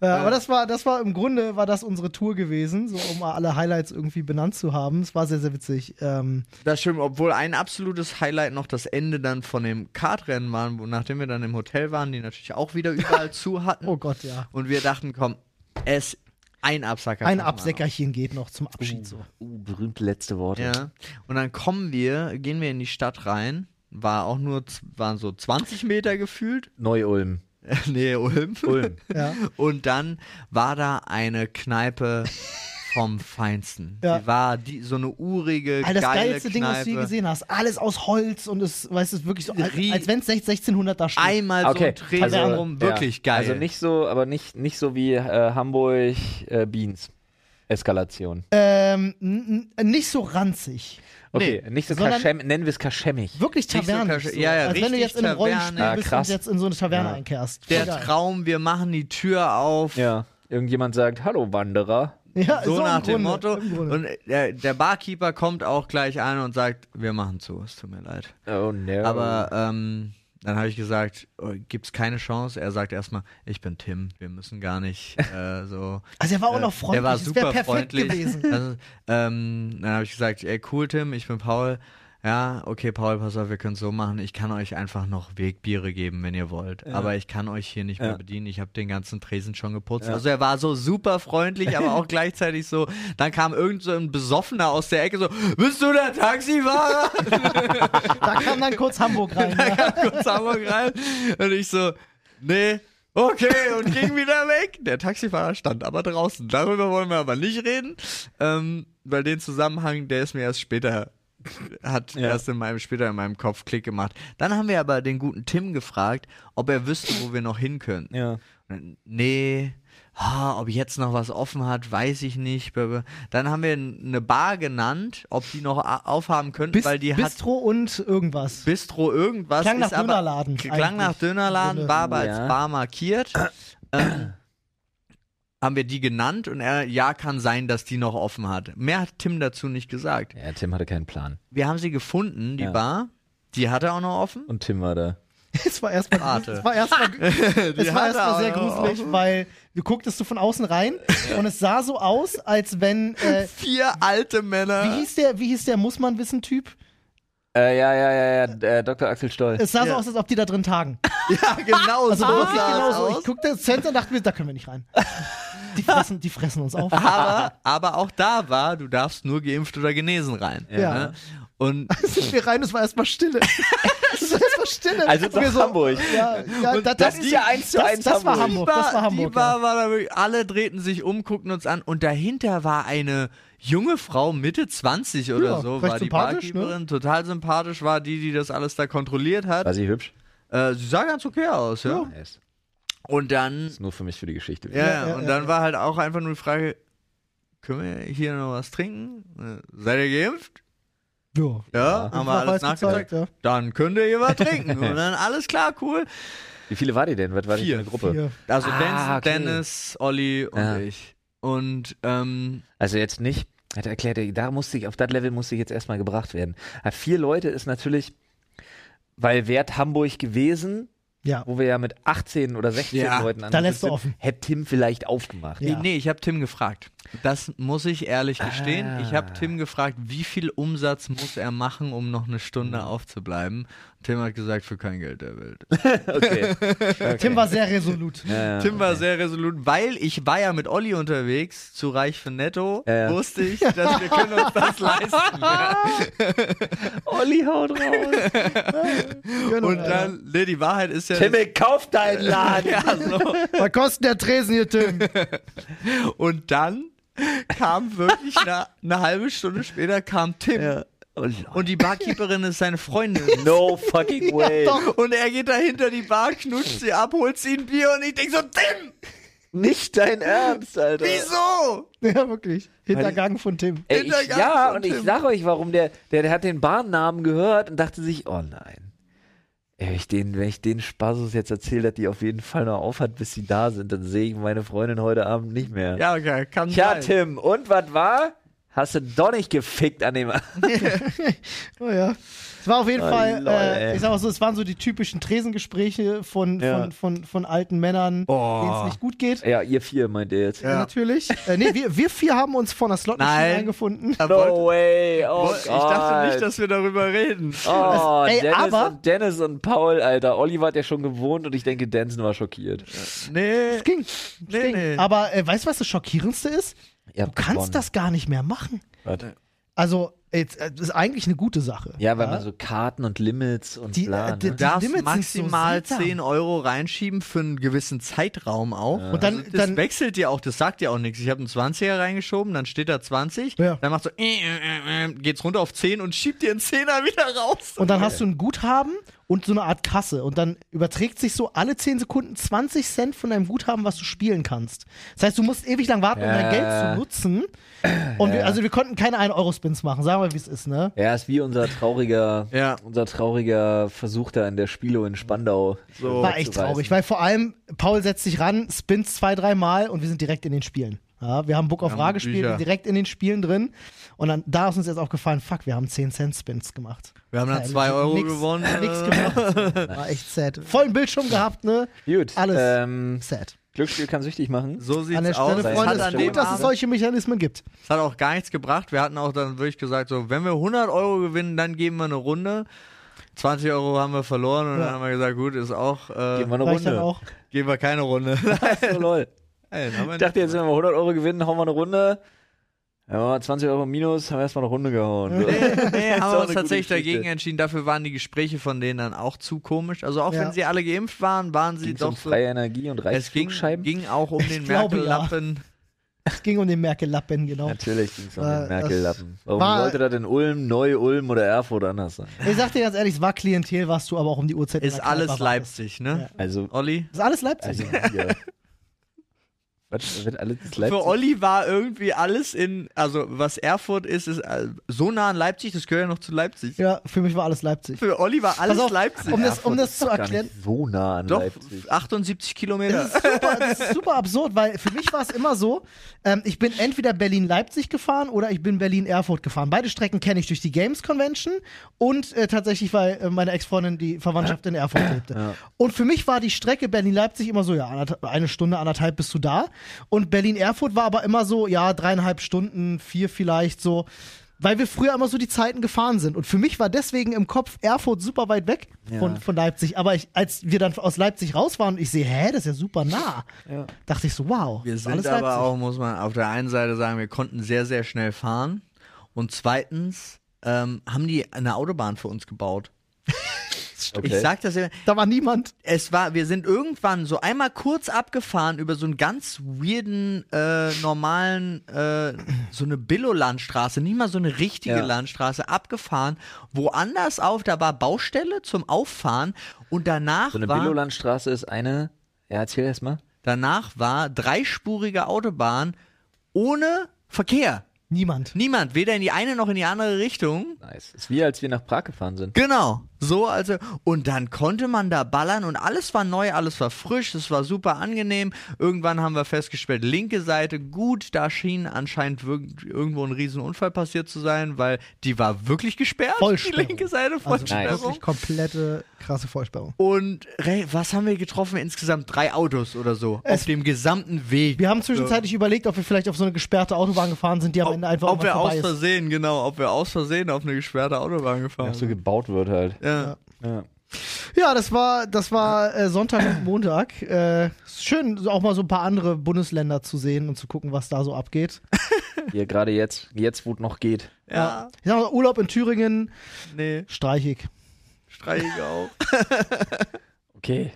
S1: Äh, aber das war, das war im Grunde war das unsere Tour gewesen, so um mal alle Highlights irgendwie benannt zu haben. Es war sehr, sehr witzig. Ähm,
S2: Das stimmt, obwohl ein absolutes Highlight noch das Ende dann von dem Kartrennen war, wo, nachdem wir dann im Hotel waren, die natürlich auch wieder überall zu hatten.
S1: oh Gott, ja.
S2: Und wir dachten, komm, es ein Absacker.
S1: Ein
S2: schaffen wir
S1: Absäckerchen geht noch zum Abschied so.
S3: Uh, berühmte letzte
S2: noch.
S3: Worte.
S2: Ja. Und dann kommen wir, gehen wir in die Stadt rein. War auch nur, z- waren so 20 Meter gefühlt.
S3: Neu-Ulm.
S2: nee, Ulm.
S3: Ulm.
S1: Ja.
S2: Und dann war da eine Kneipe vom Feinsten.
S1: Ja.
S2: Die war die, so eine urige,
S1: All das
S2: geile
S1: geilste Ding,
S2: Kneipe.
S1: was du je gesehen hast. Alles aus Holz und es, weißt du, es ist wirklich so, als,
S2: Rie-
S1: als wenn es 1600 da steht.
S2: Einmal so
S3: Okay,
S2: ein Dreh
S3: also,
S2: rum, wirklich
S3: ja.
S2: geil.
S3: Also nicht so, aber nicht, nicht so wie äh, Hamburg äh, Beans. Eskalation.
S1: Ähm, n- n- nicht so ranzig.
S3: Okay, nicht so
S1: sondern-
S3: kaschem, nennen wir es kaschemmig.
S1: Wirklich
S2: Nicht so
S1: Taverne.
S2: kasche- ja, ja,
S1: als wenn du
S2: richtig
S1: jetzt in einem
S2: Taverne.
S1: Rollenspiel
S3: Ah,
S1: bist und
S3: krass.
S1: jetzt in so eine Taverne
S3: Ja.
S1: einkehrst.
S2: Der
S1: Voll geil.
S2: Traum, wir machen die Tür auf.
S3: Ja. Irgendjemand sagt, hallo Wanderer.
S1: Ja,
S2: So,
S1: im
S2: nach dem
S1: Grunde,
S2: Motto.
S1: im Grunde.
S2: Und der, der Barkeeper kommt auch gleich an und sagt, wir machen zu, es tut mir leid.
S3: Oh no.
S2: Aber ähm, dann habe ich gesagt, oh, gibt's keine Chance. Er sagt erstmal, ich bin Tim, wir müssen gar nicht äh, so.
S1: also er war auch
S2: Äh,
S1: noch freundlich.
S2: Der war
S1: Es wär
S2: super
S1: perfekt
S2: freundlich.
S1: gewesen.
S2: Also, ähm, dann habe ich gesagt, ey, cool, Tim, ich bin Paul. Ja, okay, Paul, pass auf, wir können es so machen. Ich kann euch einfach noch Wegbiere geben, wenn ihr wollt. Aber ich kann euch hier nicht
S3: Ja.
S2: mehr bedienen. Ich habe den ganzen Tresen schon geputzt. Also er war so super freundlich, aber auch gleichzeitig so. Dann kam irgend so ein Besoffener aus der Ecke so, bist du der Taxifahrer?
S1: Da kam dann kurz Hamburg rein.
S2: da kam kurz Hamburg rein. Und ich so, nee, okay, und ging wieder weg. Der Taxifahrer stand aber draußen. Darüber wollen wir aber nicht reden, ähm, weil den Zusammenhang, der ist mir erst später hat erst in meinem später in meinem Kopf Klick gemacht. Dann haben wir aber den guten Tim gefragt, ob er wüsste, wo wir noch hin können.
S3: Ja.
S2: Und dann, Nee, ah, ob jetzt noch was offen hat, weiß ich nicht. Dann haben wir eine Bar genannt, ob die noch a- aufhaben könnten,
S1: Bis,
S2: weil die hat
S1: Bistro und irgendwas.
S2: Bistro irgendwas.
S1: Klang nach
S2: ist aber,
S1: Dönerladen
S2: Klang nach
S1: eigentlich.
S2: Dönerladen, war aber
S3: Ja.
S2: als Bar markiert. ähm, haben wir die genannt und er, ja, kann sein, dass die noch offen hat. Mehr hat Tim dazu nicht gesagt.
S3: Ja, Tim hatte keinen Plan.
S2: Wir haben sie gefunden, die
S3: Ja.
S2: Bar. Die hatte auch noch offen.
S3: Und Tim war da.
S1: Es war erstmal
S2: Warte.
S1: es war erstmal es war
S2: hatte
S1: erstmal sehr
S2: auch noch
S1: gruselig, weil du gucktest du von außen rein und es sah so aus, als wenn äh,
S2: Vier alte
S1: wie
S2: Männer.
S1: hieß der wie hieß der muss man wissen Typ?
S3: Äh, ja, ja, ja, ja, d- äh, Dr. Axel Stoll.
S1: Es sah so
S2: Ja.
S1: aus, als ob die da drin tagen.
S2: Ja, genau
S1: Also
S2: so
S1: wirklich
S2: sah es
S1: genauso.
S2: aus.
S1: Ich guckte ins Fenster und dachte mir, da können wir nicht rein. Die fressen, die fressen uns auf.
S2: Aber, aber auch da war, du darfst nur geimpft oder genesen rein.
S1: Ja.
S2: ne? Und
S1: sind wir rein, es war erstmal Stille. Es war erstmal Stille.
S3: Also
S1: Und
S3: doch
S1: wir
S3: Hamburg.
S1: Ja, ja, da,
S3: das
S1: das,
S3: ist ja eins zu
S1: das,
S3: eins
S1: das war Hamburg.
S3: Hamburg.
S1: Das war Hamburg.
S2: Die Bar war da wirklich, alle drehten sich um, guckten uns an und dahinter war eine junge Frau, Mitte 20 oder
S1: Ja,
S2: so,
S1: recht
S2: war die
S1: sympathisch, ne?
S2: Barkeeperin, total sympathisch war die, die das alles da kontrolliert
S3: War
S2: hat.
S3: sie hübsch?
S2: Äh, sie sah ganz okay aus, ja.
S3: Nice.
S2: Und dann,
S3: Ist nur für mich für die Geschichte.
S2: ja,
S1: Ja, ja,
S2: und
S1: ja,
S2: dann war halt auch einfach nur die Frage, können wir hier noch was trinken? Äh, Seid ihr geimpft?
S1: ja. ja.
S2: Ja,
S3: Ja.
S2: haben wir
S1: War
S2: alles
S1: weiß
S2: nachgezeigt.
S1: gezeigt, ja.
S2: Dann könnt ihr hier was trinken. Und dann alles klar, cool.
S3: Wie viele war die denn? Was war die
S2: Vier.
S3: für eine Gruppe?
S1: Hier.
S2: Also
S3: Ah,
S2: Benson,
S3: okay.
S2: Dennis, Olli und
S3: Ja.
S2: ich. Und ähm,
S3: Also jetzt nicht. Hat er erklärt, ey, da musste ich, auf das Level musste ich jetzt erstmal gebracht werden. Ja, vier Leute ist natürlich, weil wert Hamburg gewesen,
S1: Ja.
S3: wo wir ja mit 18 oder 16
S2: Ja,
S3: Leuten an
S1: da lässt du
S3: sind,
S1: offen.
S3: hätte Tim vielleicht aufgemacht.
S1: Ja.
S2: Nee, ich habe Tim gefragt. Das muss ich ehrlich gestehen. Ich habe Tim gefragt, wie viel Umsatz muss er machen, um noch eine Stunde aufzubleiben. Tim hat gesagt, für kein Geld der Welt.
S3: Okay. okay.
S1: Tim war sehr resolut.
S3: Ja,
S2: Tim war sehr resolut, weil ich war ja mit Olli unterwegs, zu reich für netto,
S3: Ja, ja.
S2: wusste ich, dass wir können uns das leisten.
S3: Olli haut raus.
S1: Genau,
S2: Und
S1: ja.
S2: dann, nee, die Wahrheit ist ja...
S3: Timmy, kauf deinen Laden.
S2: ja, so.
S1: Was kostet der Tresen hier, Tim?
S2: Und dann kam wirklich eine, eine halbe Stunde später kam Tim.
S3: Oh, Leute.
S2: Und die Barkeeperin ist seine Freundin.
S3: no fucking way.
S2: Und er geht da hinter die Bar, knutscht sie ab, holt sie ein Bier und ich denk so, Tim,
S3: Nicht dein Ernst, Alter.
S2: wieso?
S1: Ja, wirklich. Hintergang von Tim.
S3: Ey, Äh, ich,
S2: Kindergarten
S3: ja,
S2: von
S3: und ich
S2: Tim.
S3: sag euch, warum der, der, der hat den Bahnnamen gehört und dachte sich, oh nein. Ey, Wenn ich den, wenn ich den Spasus jetzt erzähle, dass die auf jeden Fall noch aufhat, bis sie da sind, dann sehe ich meine Freundin heute Abend nicht mehr.
S2: Ja, okay, kann
S3: Tja,
S2: sein.
S3: Tim, und was war? Hast du doch nicht gefickt an dem.
S1: Oh ja. Es war auf jeden
S3: Oh,
S1: Fall,
S3: lol,
S1: äh,
S3: ey.
S1: ich sag mal so, es waren so die typischen Tresengespräche von,
S3: Ja.
S1: von, von, von alten Männern,
S2: Oh.
S1: denen es nicht gut geht.
S3: ja, ihr vier meint ihr jetzt.
S2: Ja.
S1: Natürlich. Äh, nee, wir, wir vier haben uns vor einer Slotmaschine
S2: Nein.
S1: eingefunden.
S2: Er wollte-
S3: No way. Oh,
S2: ich dachte nicht,
S3: Gott.
S2: dass wir darüber reden.
S3: Oh,
S1: Ey,
S3: Dennis,
S1: aber-
S3: und Dennis und Paul, Alter. Olli war ja schon gewohnt und ich denke, Denson war schockiert.
S2: Nee,
S1: Ging.
S2: nee,
S1: Ging.
S2: nee.
S1: Aber äh, weißt du, was das Schockierendste ist? Du kannst das gar nicht mehr machen.
S2: Äh,
S1: Also, jetzt, äh, das ist eigentlich eine gute Sache.
S3: Ja, weil man so Karten und Limits und
S1: Die,
S3: bla.
S1: äh,
S3: Ne?
S1: die-
S2: Du darfst
S1: Limits sind so
S2: maximal
S1: seltsam.
S2: 10 Euro reinschieben für einen gewissen Zeitraum auch.
S1: Und dann-
S2: also das
S1: dann-
S2: wechselt ja auch, das sagt ja auch nichts. Ich habe einen 20er reingeschoben, dann steht da 20,
S1: Ja.
S2: dann macht so, äh, äh, äh, geht's runter auf 10 und schiebt dir einen Zehner wieder raus.
S1: Und dann hast du ein Guthaben und so eine Art Kasse. Und dann überträgt sich so alle 10 Sekunden 20 Cent von deinem Guthaben, was du spielen kannst. Das heißt, du musst ewig lang warten, um
S3: Ja.
S1: dein Geld zu nutzen. Und wir, also wir konnten keine 1-Euro-Spins machen, sagen wir, wie es ist, ne?
S3: Ja, ist wie unser trauriger,
S2: Ja.
S3: unser trauriger Versuch da in der Spielo in Spandau.
S2: So.
S1: War echt traurig,
S3: weil
S1: weil vor allem Paul setzt sich ran, spinnt zwei, dreimal und wir sind direkt in den Spielen. Ja, wir haben Book of
S2: Ja,
S1: Ra gespielt, wir
S2: sicher.
S1: sind direkt in den Spielen drin. Und dann da ist uns jetzt aufgefallen, fuck, wir haben 10 Cent Spins gemacht.
S2: Wir haben dann
S1: Ja,
S2: 2 Euro
S1: nix-
S2: gewonnen.
S1: Nix
S2: äh,
S1: gemacht. War echt sad. Vollen Bildschirm gehabt, ne?
S3: Gut,
S1: Alles.
S3: Ähm,
S1: Sad.
S3: Glücksspiel kann süchtig machen.
S2: So sieht's
S1: An der
S2: aus.
S1: Stelle,
S3: sein.
S1: Freunde,
S2: hat
S3: Es
S1: ist
S2: an dem
S1: gut, dass es
S2: Abend-
S1: solche Mechanismen gibt.
S2: Es hat auch gar nichts gebracht. Wir hatten auch dann wirklich gesagt, so, wenn wir 100 Euro gewinnen, dann geben wir eine Runde. 20 Euro haben wir verloren und
S1: Ja.
S2: dann haben wir gesagt, gut, ist auch, äh,
S3: Gehen wir eine
S1: Reicht dann
S3: Runde.
S1: auch.
S2: geben wir keine Runde.
S3: So, lol.
S2: Ey, dann haben wir
S3: Ich dachte jetzt, wenn wir 100 Euro gewinnen, hauen wir eine Runde. Ja, aber 20 Euro minus, haben wir erstmal eine Runde gehauen.
S2: Nee, nee,
S3: Ist auch
S2: haben
S3: eine
S2: wir
S3: gute
S2: uns tatsächlich
S3: Geschichte.
S2: dagegen entschieden. Dafür waren die Gespräche von denen dann auch zu komisch. Also auch
S1: Ja.
S2: wenn sie alle geimpft waren, waren sie
S3: Ging's um
S2: doch so.
S3: freie Energie und
S2: Es ging,
S3: Reichsflugscheiben?
S2: ging auch um den
S1: glaube, ja.
S2: Merkel-Lappen.
S1: Es ging um den Merkel-Lappen, genau.
S3: Natürlich ging es um
S1: Äh,
S3: den
S1: das
S3: Merkel-Lappen. Warum
S1: war-
S3: sollte das in Ulm, Neu-Ulm oder Erfurt anders sein?
S1: Ich sag dir ganz ehrlich, es war Klientel, warst du aber auch um die Uhrzeit. in
S2: Ist
S1: der
S2: alles
S1: Kneipe
S2: Leipzig, ne?
S3: Also,
S2: Olli?
S1: warst. Ist alles Leipzig.
S3: also hier. Was wird alles das
S2: Für Olli war irgendwie alles in, also was Erfurt ist, ist äh, so nah an Leipzig, das gehört ja noch zu Leipzig.
S1: ja, für mich war alles Leipzig.
S2: Für Olli war alles
S1: Pass auf,
S2: Leipzig.
S1: Um das, um das zu
S3: gar
S1: erklären.
S3: nicht so nah an
S2: doch,
S3: Leipzig.
S2: 78
S1: Das
S2: Kilometer.
S1: ist, super, das ist super absurd, weil für mich war es immer so, ähm, ich bin entweder Berlin-Leipzig gefahren oder ich bin Berlin-Erfurt gefahren. Beide Strecken kenne ich durch die Games Convention und äh, tatsächlich, weil äh, meine Ex-Freundin die Verwandtschaft in Erfurt lebte. Und für mich war die Strecke Berlin-Leipzig immer so, ja, anderth- eine Stunde, anderthalb bist du da. Und Berlin-Erfurt war aber immer so, ja, dreieinhalb Stunden, vier vielleicht so. Weil wir früher immer so die Zeiten gefahren sind. Und für mich war deswegen im Kopf Erfurt super weit weg von,
S3: Ja.
S1: von Leipzig. Aber ich, als wir dann aus Leipzig raus waren und ich sehe, hä, das ist ja super nah,
S3: Ja.
S1: dachte ich so, wow.
S2: Wir
S1: ist
S2: sind
S1: alles
S2: aber
S1: Leipzig.
S2: auch, muss man auf der einen Seite sagen, wir konnten sehr, sehr schnell fahren. Und zweitens ähm, haben die eine Autobahn für uns gebaut. Ich sag das ja.
S1: Da war niemand.
S2: Es war, wir sind irgendwann so einmal kurz abgefahren über so einen ganz weirden, äh, normalen, äh, so eine Billo-Landstraße, nicht mal so eine richtige
S3: Ja.
S2: Landstraße, abgefahren. Woanders auf, da war Baustelle zum Auffahren und danach
S3: So eine
S2: war.
S3: Billolandstraße ist eine. Ja, erzähl erst mal.
S2: Danach war dreispurige Autobahn ohne Verkehr.
S1: Niemand.
S2: Niemand, weder in die eine noch in die andere Richtung.
S3: Nice. Ist wie als wir nach Prag gefahren sind.
S2: Genau, so also und dann konnte man da ballern und alles war neu, alles war frisch, es war super angenehm. Irgendwann haben wir festgestellt, linke Seite gut, da schien anscheinend wirk- irgendwo ein Riesenunfall passiert zu sein, weil die war wirklich gesperrt, die
S1: Vollsperrung.
S2: linke Seite
S1: Also
S2: Vollsperrung.
S1: wirklich komplette krasse Vollsperrung.
S2: und re- was haben wir getroffen? Insgesamt drei Autos oder so auf dem gesamten Weg.
S1: Wir haben zwischenzeitlich überlegt, ob wir vielleicht auf so eine gesperrte Autobahn gefahren sind, die am
S2: ob,
S1: Ende einfach
S2: ob wir
S1: irgendwann
S2: aus
S1: vorbei ist.
S2: Versehen, genau, ob wir aus Versehen auf eine gesperrte Autobahn gefahren
S3: Ach so,
S2: sind.
S3: gebaut wird halt.
S2: Ja.
S3: Ja.
S1: Ja, das war, das war äh, Sonntag und Montag. Äh, ist schön, so auch mal so ein paar andere Bundesländer zu sehen und zu gucken, was da so abgeht.
S3: Hier gerade jetzt, jetzt wo es noch geht.
S2: ja,
S1: Ich sag mal, Urlaub in Thüringen,
S2: nee,
S1: streichig.
S2: streiche auch.
S3: Okay.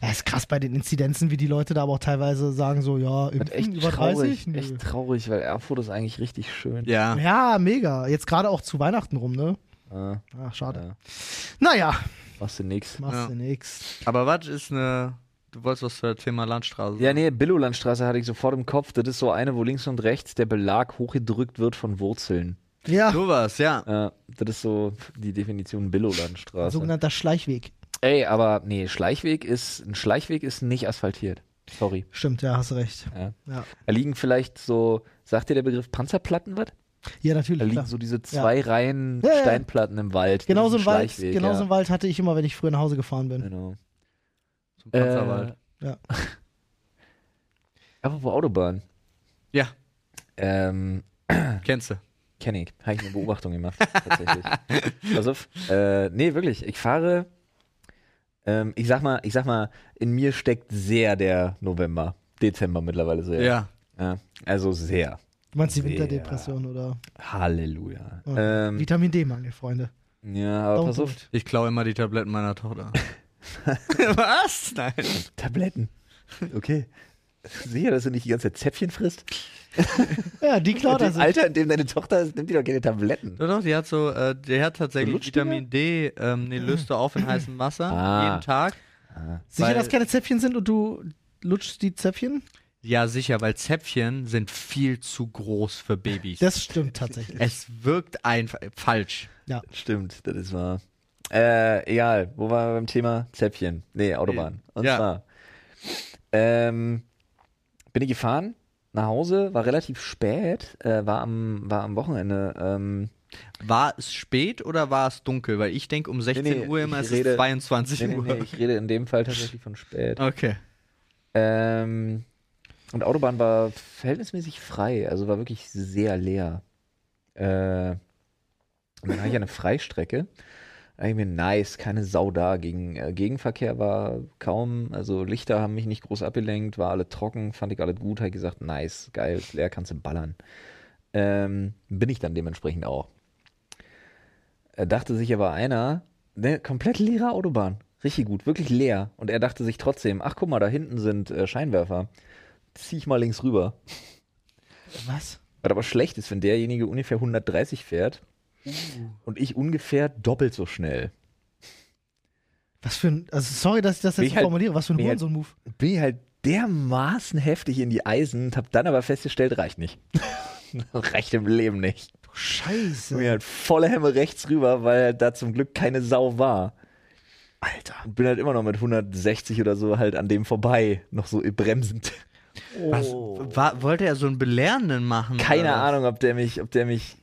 S1: Ja, ist krass bei den Inzidenzen, wie die Leute da aber auch teilweise sagen, so, ja,
S3: Und
S1: impfen
S3: echt
S1: über
S3: traurig.
S1: 30? Nö.
S3: Echt traurig, weil Erfurt ist eigentlich richtig schön.
S2: Ja.
S1: Ja, mega. Jetzt gerade auch zu Weihnachten rum, ne?
S3: Ah,
S1: Ah, schade.
S3: ja.
S1: Naja,
S3: Machst du nix.
S1: machst
S2: Ja.
S1: du nix.
S2: Aber was ist eine. Du wolltest was zum Thema Landstraße.
S3: Ja, nee, Billolandstraße hatte ich sofort im Kopf. Das ist so eine, wo links und rechts der Belag hochgedrückt wird von Wurzeln.
S1: Ja,
S2: Du warst, ja.
S3: Ja, das ist so die Definition Billolandstraße.
S1: sogenannter Schleichweg.
S3: Ey, aber nee, Schleichweg ist, ein Schleichweg ist nicht asphaltiert. Sorry.
S1: Stimmt, ja, hast recht.
S3: Ja.
S1: Ja,
S3: Da liegen vielleicht so, sagt dir der Begriff Panzerplatten was?
S1: ja
S3: Da
S1: natürlich.
S3: liegen
S1: Klar.
S3: so diese zwei Reihen
S1: Ja, ja, ja.
S3: Steinplatten im Wald. Das
S1: Genauso
S3: ist
S1: im
S3: ein
S1: Wald,
S3: Schleichweg,
S1: genauso
S3: ja.
S1: im Wald hatte ich immer, wenn ich früher nach Hause gefahren bin.
S3: Genau.
S2: Zum Panzerwald.
S3: Äh,
S1: Ja.
S3: Apropos Autobahn.
S2: Ja,
S3: Ähm,
S2: kennst du.
S3: Kenne ich. Habe ich eine Beobachtung gemacht, tatsächlich. Pass auf. Äh, nee, wirklich. Ich fahre. Ähm, ich sag mal, ich sag mal, in mir steckt sehr der November, Dezember mittlerweile sehr.
S2: Ja.
S3: Ja, also sehr.
S1: Du meinst die
S3: Sehr.
S1: Winterdepression oder
S3: Halleluja.
S1: Oh,
S3: Ähm,
S1: Vitamin D-Mangel, Freunde.
S3: ja, aber
S1: Daumen
S3: pass auf.
S1: hoch.
S2: Ich klaue immer die Tabletten meiner Tochter. was? Nein.
S3: Tabletten. Okay. Sicher, dass du nicht die ganze Zeit Zäpfchen frisst?
S1: Ja, die klaut
S3: in
S1: er
S3: dem
S1: sich.
S3: Alter, in dem deine Tochter ist, nimmt die doch keine Tabletten.
S2: Doch, doch, die hat so, äh, die hat tatsächlich
S3: Lutschdinger?
S2: Vitamin D, ähm, nee, löst du auf in heißem Wasser
S3: Ah.
S2: jeden Tag.
S1: Sicher,
S2: weil-
S1: dass keine Zäpfchen sind und du lutschst die Zäpfchen?
S2: Ja, sicher, weil Zäpfchen sind viel zu groß für Babys.
S1: Das stimmt tatsächlich.
S2: es wirkt einfach falsch.
S1: Ja.
S3: Stimmt, das ist wahr. Äh, egal, wo waren wir beim Thema? Zäpfchen. Nee, Autobahn. Und
S2: Ja.
S3: zwar ähm, bin ich gefahren nach Hause, war relativ spät, äh, war, am, war am Wochenende. Ähm,
S2: War es spät oder war es dunkel? Weil ich denke um 16
S3: Nee, nee,
S2: Uhr immer,
S3: ich
S2: es
S3: rede-
S2: ist 22
S3: nee, nee,
S2: Uhr.
S3: nee, ich rede in dem Fall tatsächlich von spät.
S2: Okay.
S3: Ähm, und Autobahn war verhältnismäßig frei, also war wirklich sehr leer. Äh, und dann hatte ich eine Freistrecke. Da dachte ich mir, nice, keine Sau da. Gegen, äh, Gegenverkehr war kaum, also Lichter haben mich nicht groß abgelenkt, war alle trocken, fand ich alles gut, habe ich gesagt, nice, geil, ist leer kannst du ballern. Ähm, bin ich dann dementsprechend auch. Er dachte sich aber einer, ne, komplett leere Autobahn. Richtig gut, wirklich leer. Und er dachte sich trotzdem, ach guck mal, da hinten sind äh, Scheinwerfer. Zieh ich mal links rüber.
S1: Was?
S3: Was aber schlecht ist, wenn derjenige ungefähr 130 fährt und ich ungefähr doppelt so schnell.
S1: Was für ein. Also sorry, dass ich das
S3: Bin
S1: jetzt
S3: ich
S1: so
S3: halt-
S1: formuliere. Was für ein
S3: bin ich halt-
S1: Hurensohn-Move.
S3: Bin ich halt dermaßen heftig in die Eisen und hab dann aber festgestellt, reicht nicht. reicht im Leben nicht.
S1: Scheiße.
S3: Bin halt volle Hemme rechts rüber, weil halt da zum Glück keine Sau war.
S1: Alter.
S3: Und bin halt immer noch mit 160 oder so halt an dem vorbei, noch so bremsend.
S2: Was, wa- wollte er so einen Belehrenden machen?
S3: Oh. Keine
S2: oder was?
S3: Ahnung, ob der mich, ob der mich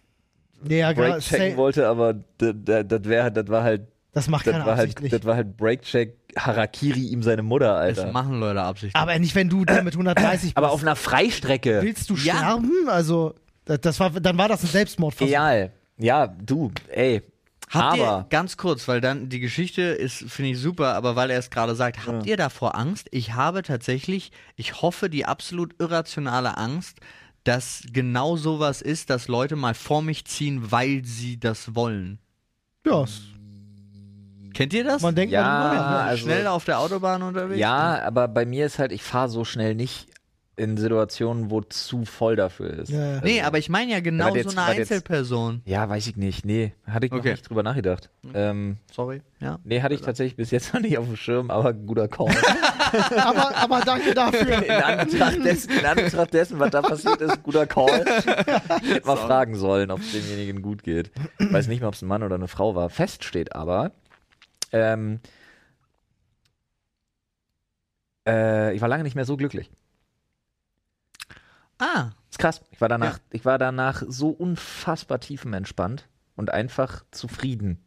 S1: Nee, ja, genau, klar,
S3: Break checken
S1: say,
S3: wollte, aber das, das, wär, das war halt,
S1: das macht
S3: das
S1: keiner
S3: war halt,
S1: absichtlich.
S3: das war halt Break check Harakiri ihm seine Mutter,
S2: Das
S3: Alter.
S2: machen Leute absichtlich.
S1: aber nicht, wenn du da mit 130
S3: Aber
S1: bist.
S3: auf einer Freistrecke.
S1: Willst du
S2: Ja.
S1: sterben? Also, das, das war, dann war das ein Selbstmordversuch.
S3: Egal. Ja, du, ey.
S2: Habt ihr,
S3: aber
S2: ganz kurz, weil dann die Geschichte ist, finde ich super, aber weil er es gerade sagt, habt ihr davor Angst? Ich habe tatsächlich, ich hoffe, die absolut irrationale Angst, dass genau sowas ist, dass Leute mal vor mich ziehen, weil sie das wollen.
S1: Ja, s-
S2: Kennt ihr das?
S1: man denkt
S3: Ja,
S1: mal drüber nach.
S3: also-
S2: Ah, Schnell auf der Autobahn unterwegs?
S3: ja, aber bei mir ist halt, ich fahre so schnell nicht in Situationen, wo zu voll dafür ist.
S1: Ja, ja.
S2: Nee, aber ich meine ja genau
S3: warte jetzt,
S2: so eine
S3: warte jetzt.
S2: Einzelperson.
S3: Ja, weiß ich nicht. Nee, hatte ich noch
S2: Okay.
S3: nicht drüber nachgedacht. Ähm,
S2: Sorry. Ja.
S3: nee, hatte ich tatsächlich bis jetzt noch nicht auf dem Schirm, aber guter Call.
S1: halt. Aber, aber danke dafür.
S3: In Anbetracht dessen, in Anbetracht dessen was da passiert ist, guter Call. Ich hätte mal fragen sollen, ob es demjenigen gut geht. Weiß nicht mal, ob es ein Mann oder eine Frau war. Fest steht aber, ähm, äh, ich war lange nicht mehr so glücklich.
S2: Ah,
S3: Ist krass. Ich war danach, ich war danach so unfassbar tiefenentspannt und einfach zufrieden.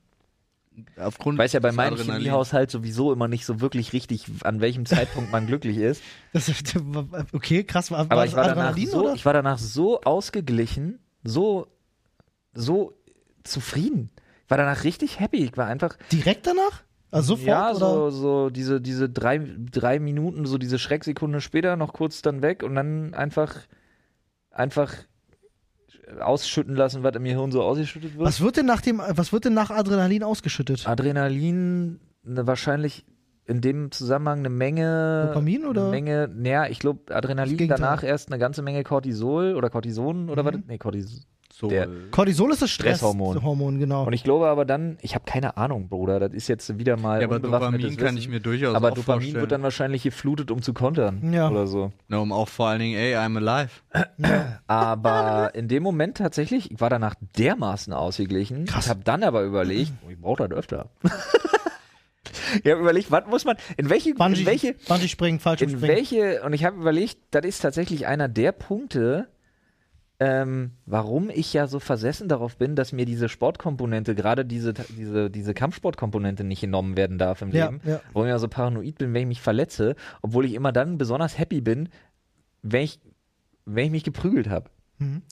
S2: aufgrund.
S3: Ich weiß ja bei
S2: des
S3: meinem
S2: Adrenalin.
S3: Chemiehaushalt sowieso immer nicht so wirklich richtig, an welchem Zeitpunkt man glücklich ist.
S1: Das, okay, krass. War,
S3: Aber
S1: war
S3: ich
S1: das
S3: war, danach
S1: Adrenalin
S3: so,
S1: oder?
S3: ich war danach so ausgeglichen, so, so zufrieden. Ich war danach richtig happy. Ich war einfach,
S1: Direkt danach? Also sofort?
S3: ja,
S1: oder?
S3: so, so diese, diese drei, drei Minuten, so diese Schrecksekunde später noch kurz dann weg und dann einfach, einfach ausschütten lassen, was in mir Hirn so ausgeschüttet wird.
S1: Was wird denn nach dem, was wird denn nach Adrenalin
S3: Ah.
S1: ausgeschüttet?
S3: Adrenalin, ne, wahrscheinlich in dem Zusammenhang eine Menge.
S1: Dopamin oder?
S3: Eine Menge, naja, ich glaube,
S1: Das
S3: Adrenalin
S1: Gegenteil.
S3: danach erst eine ganze Menge Cortisol oder Cortison oder
S1: Mhm.
S3: was? Nee, Cortisol.
S2: So. äh,
S3: Der-
S1: Cortisol ist das Stress
S3: Stresshormon.
S1: Hormon, genau.
S3: Und ich glaube aber dann, ich habe keine Ahnung, Bruder, das ist jetzt wieder mal.
S2: ja, aber
S3: unbewaffnetes
S2: Dopamin kann ich
S3: Wissen.
S2: mir durchaus
S3: Aber
S2: auch
S3: Dopamin
S2: vorstellen.
S3: wird dann wahrscheinlich geflutet, um zu kontern.
S1: Ja.
S3: Oder so.
S2: Na, um auch vor allen Dingen, ey, I'm alive.
S3: Aber in dem Moment tatsächlich, ich war danach dermaßen ausgeglichen.
S1: Krass.
S3: Ich habe dann aber überlegt, oh, ich brauche das öfter. ich habe überlegt, was muss man, in welche,
S1: Bungee,
S3: in welche,
S1: Bungee springen, falsch
S3: in
S1: springen.
S3: welche, und ich habe überlegt, das ist tatsächlich einer der Punkte, ähm, warum ich ja so versessen darauf bin, dass mir diese Sportkomponente, gerade diese, diese, diese Kampfsportkomponente nicht genommen werden darf im
S1: Ja,
S3: Leben.
S1: ja.
S3: Warum ich ja so paranoid bin, wenn ich mich verletze, obwohl ich immer dann besonders happy bin, wenn ich, wenn ich mich geprügelt habe.
S1: Mhm.